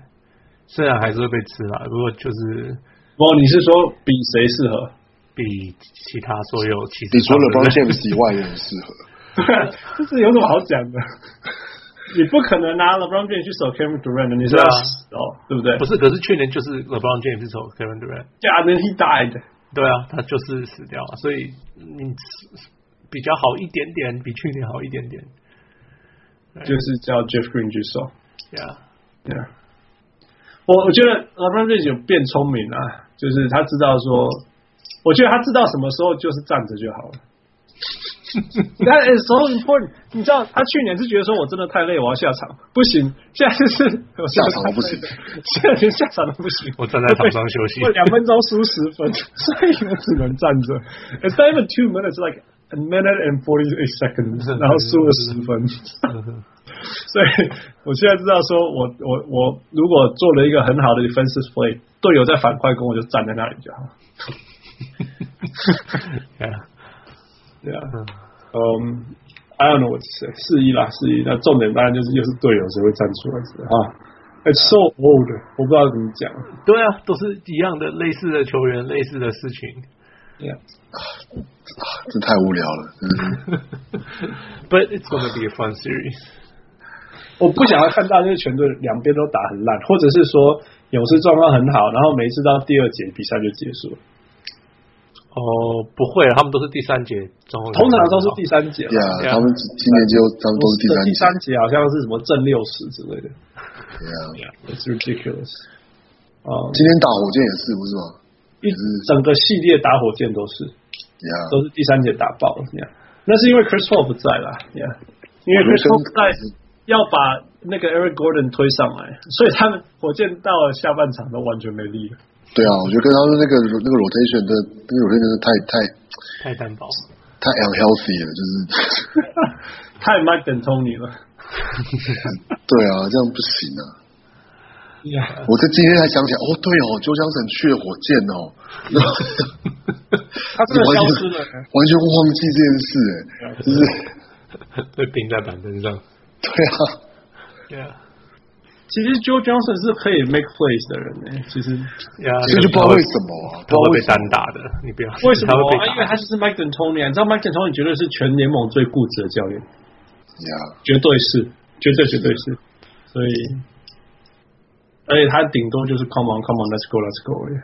虽然还是会被吃啦，不过就是哦，你是说比谁适合？比其他所有其实你除了 LeBron 帮 James 以外也很适 合。这是有什么好讲 的？你不可能拿 LeBron James 去守 Kevin Durant 的，你说对啊哦，对不对？ 不是，可是去年就是 LeBron James 是守 Kevin Durant， ，Yeah, then he died。对啊，他就是死掉啊了，所以你比较好一点点，比去年好一点点。就是叫 Jeff Green 去守。 Yeah， Yeah，我我觉得 LeBron James 有变聪明啊，就是他知道说，我觉得他知道什么时候就是站着就好 了。That is so important。你知道，他去年是觉得说我真的太累，我要下场，不行。现在就是我下场都不行， 现在连下场都不行。我站在场上休息我两分钟输十 分，所以我只能站着。It's not even two minutes, like a minute and forty eight seconds，然后输了十分。 所以我现在知道说我，我我如果做了一个很好的 defensive play，队友在反快攻，我就站在那里就好。 Yeah，对啊，嗯、i don't know what to say，四一啦，四一。那重点当然就是又是队友谁会站出来是吧啊。It's so old，我不知道怎么讲。对啊，都是一样的，类似的球员，类似的事情。 Yeah. 这太无聊了。嗯， But it's gonna be a fun series. 我不想要看到就是全队两边都打很烂，或者是说勇士状况很好，然后每一次到第二节比赛就结束了，哦，不会，他们都是第三节中，通常都是第三节啦。啊 yeah， Yeah 他们今年就他们都是第三第名。三节好像是什么正六十之类的 Yeah， ，It's ridiculous。啊、今天打火箭也是不是吗一整个系列打火箭都是？Yeah，都是第三节打爆了，yeah。那是因为 Chris Paul 不在啦，yeah。因为 Chris Paul 不在，要把那个 Eric Gordon 推上来，所以他们火箭到了下半场都完全没力了。 对啊，我觉得跟他们那个那个 rotation 的那个 rotation 真的太太太单薄。太 unhealthy 了，就是太 Mike D'Antoni 了对啊，这样不行啊。 ，yeah。我在今天才想起来，哦，对哦，周江省去了火箭哦，他真的消失了。完全忘记这件事哎，就是 被钉在板凳上。对啊， Yeah，其实 Joe Johnson 是可以 make plays 的人呢、其实 yeah, 这就不知道为什么啊，他不会被知道单打的，你不要为什么他会被啊？打因为他就是 Mike D'Antoni，啊你知道 Mike D'Antoni 绝对是全联盟最固执的教练，呀，绝对是，绝对绝对是。所以，而且他顶多就是 Come on, Come on, Let's go, Let's go 而已。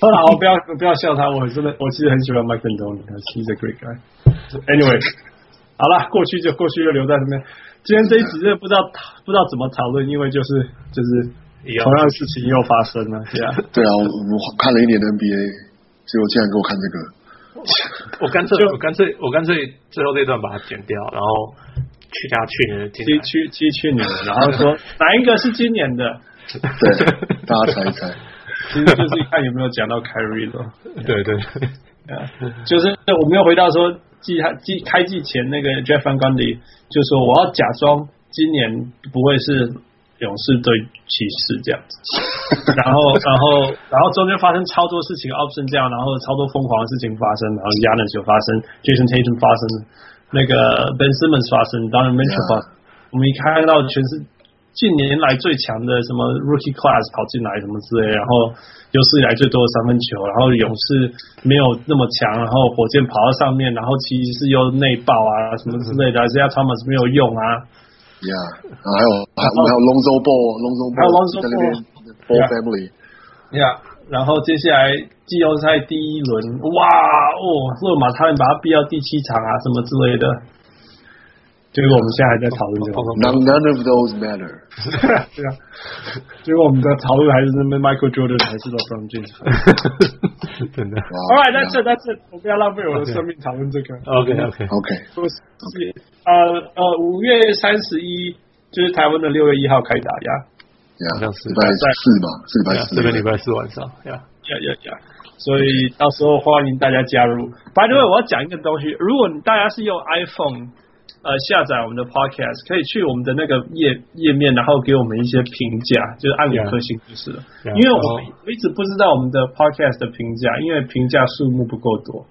当然，我不要不要笑他，我真的我其实很喜欢 Mike D'Antoni，他 He's a great guy。Anyway，好了，过去就过去就留在那边。今天这一集真的不知道不知道怎么讨论，因为就是就是一样同样的事情又发生了， 对啊。对啊，我我看了一年的 NBA，结果竟然给我看这个，我干脆就我干脆我干脆最后这段把它剪掉，然后去加去年的进踢来。去踢去年的，然后 说哪一个是今年的，对，大家猜一猜，其实就是看有没有讲到 Kyrie 了。对对，啊 就是我们又回到说季开季开季前那个 Jeff Van Gundy 就说我要假装今年不会是勇士对骑士这样子，然后然后然后中间发生超多事情 option 这样，然后超多疯狂的事情发生，然后 Yanis 有发生，Jason Tatum 发生，那个 Ben Simmons 发生，当然 Mitchell 发 Yeah 生，我们一看到全是。近年来最强的什么 rookie class 跑进来什么之类，然后有史以来最多的三分球，然后勇士没有那么强，然后火箭跑到上面，然后骑士又内爆啊什么之类的，而且 Thomas 没有用啊，呀，然后还有还我们还有 Lonzo Ball，Lonzo Ball Lonzo 在那边 Ball Ball family， Yeah，然后接下来季后赛第一轮，哇哦，勒马他们把他逼到第七场啊，什么之类的。结果我们现在还在讨论这个， None, none of those matter. 对啊。 结果我们的讨论还是那边 Michael Jordan 还是 LeBron James。 真的。 Wow. All right, that's yeah. it, that's it。我不要浪费我的生命讨论这个。 OK 嗯 OK， Okay. 就是呃呃，五月三十一就是台湾的六月一号开打呀 Yeah. 好像是。礼拜四嘛，是礼拜嗯四。这个礼拜四晚上，Yeah，呀呀呀！所以到时候欢迎大家加入。By the way，我要讲一个东西，如果你大家是用 iPhone 呃下载我们的 Podcast，可以去我们的那个页页面，然后给我们一些评价，就是按五 Yeah. 颗星就是了。 Yeah. 因为我然我后一直不知道我们的 Podcast 的评价，因为评价数目不够多。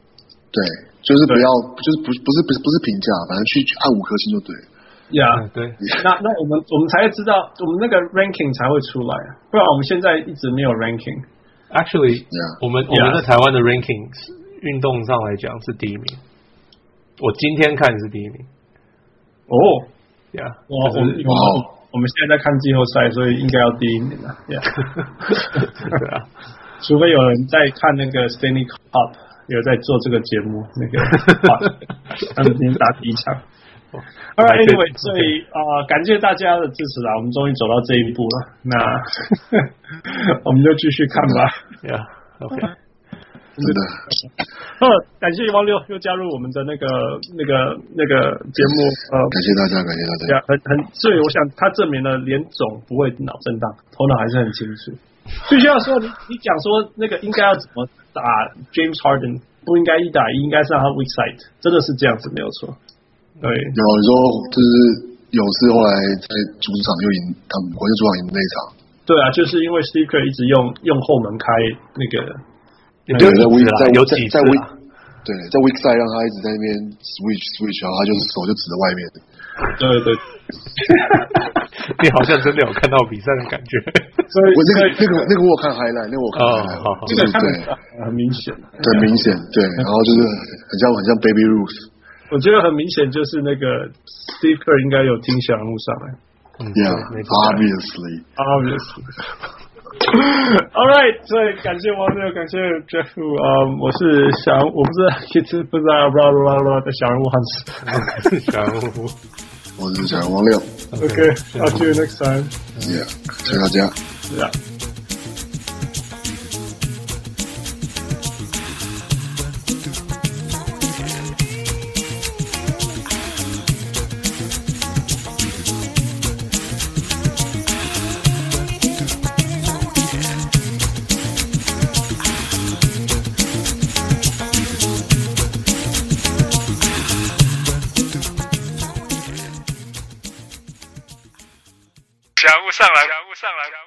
对，就是不对要，就是不不是不是不是评价，反正去去按五颗星就对了。呀、嗯对，那那我们我们才会知道，我们那个 ranking 才会出来，啊不然我们现在一直没有 ranking。 Actually， Yeah. 我们我 Yeah. 们在台湾的 ranking 是运动上来讲是第一名，我今天看是第一名哦， ，Yeah，我我们就我是们我们现在在看季后赛，所以应该要第一名了。Yeah. 对啊，除非有人在看那个 Stanley Cup，有在做这个节目，那 个他们今天打第一哦场。All right, anyway，所以啊、呃感谢大家的支持啦，我们终于走到这一步了。那 我们就继续看吧。 ，Yeah，OK，真的，呃，感谢王六又加入我们的那个那个那个节目，呃，感谢大家，感谢大对家。啊，很很，所以我想他证明了连总不会脑震荡，头脑还是很清楚。必须要说你你讲说那个应该要怎么打 James Harden，不应该一打一，应该是让他 weak side，真的是这样子没有错。对，有你说就是勇士后来在主场又赢，他们国际主场赢那一场，对啊，就是因为 s t e k e r 一直用用后门开那个，有对，几在 week 次啊在有在几在次 week 啊对在 week 赛让他一直在那边 switch switch，然后他就是手就指着外面。对对， 你好像真的有看到比赛的感觉，所以我那个所以那个那个我有看 highlight，那个我有看哦 highlight，好好就这是个看对得出来很明显，对明显对，然后就是很像很像 baby rules，我觉得很明显就是那个 s t e k e r 应该有听小人物上来。 嗯 yeah 对没错 obviously。 Obviously. All right，所以感谢王六，感谢 Jeff，啊、我是小人物，我不是一直不知道 blah blah blah blah 的小人物汉斯。小人物 我是小王六嗯 OK，I'll、see you next time。 ，yeah，谢谢大家。 Yeah. Chào buổi sáng lành. Chào buổi sáng lành.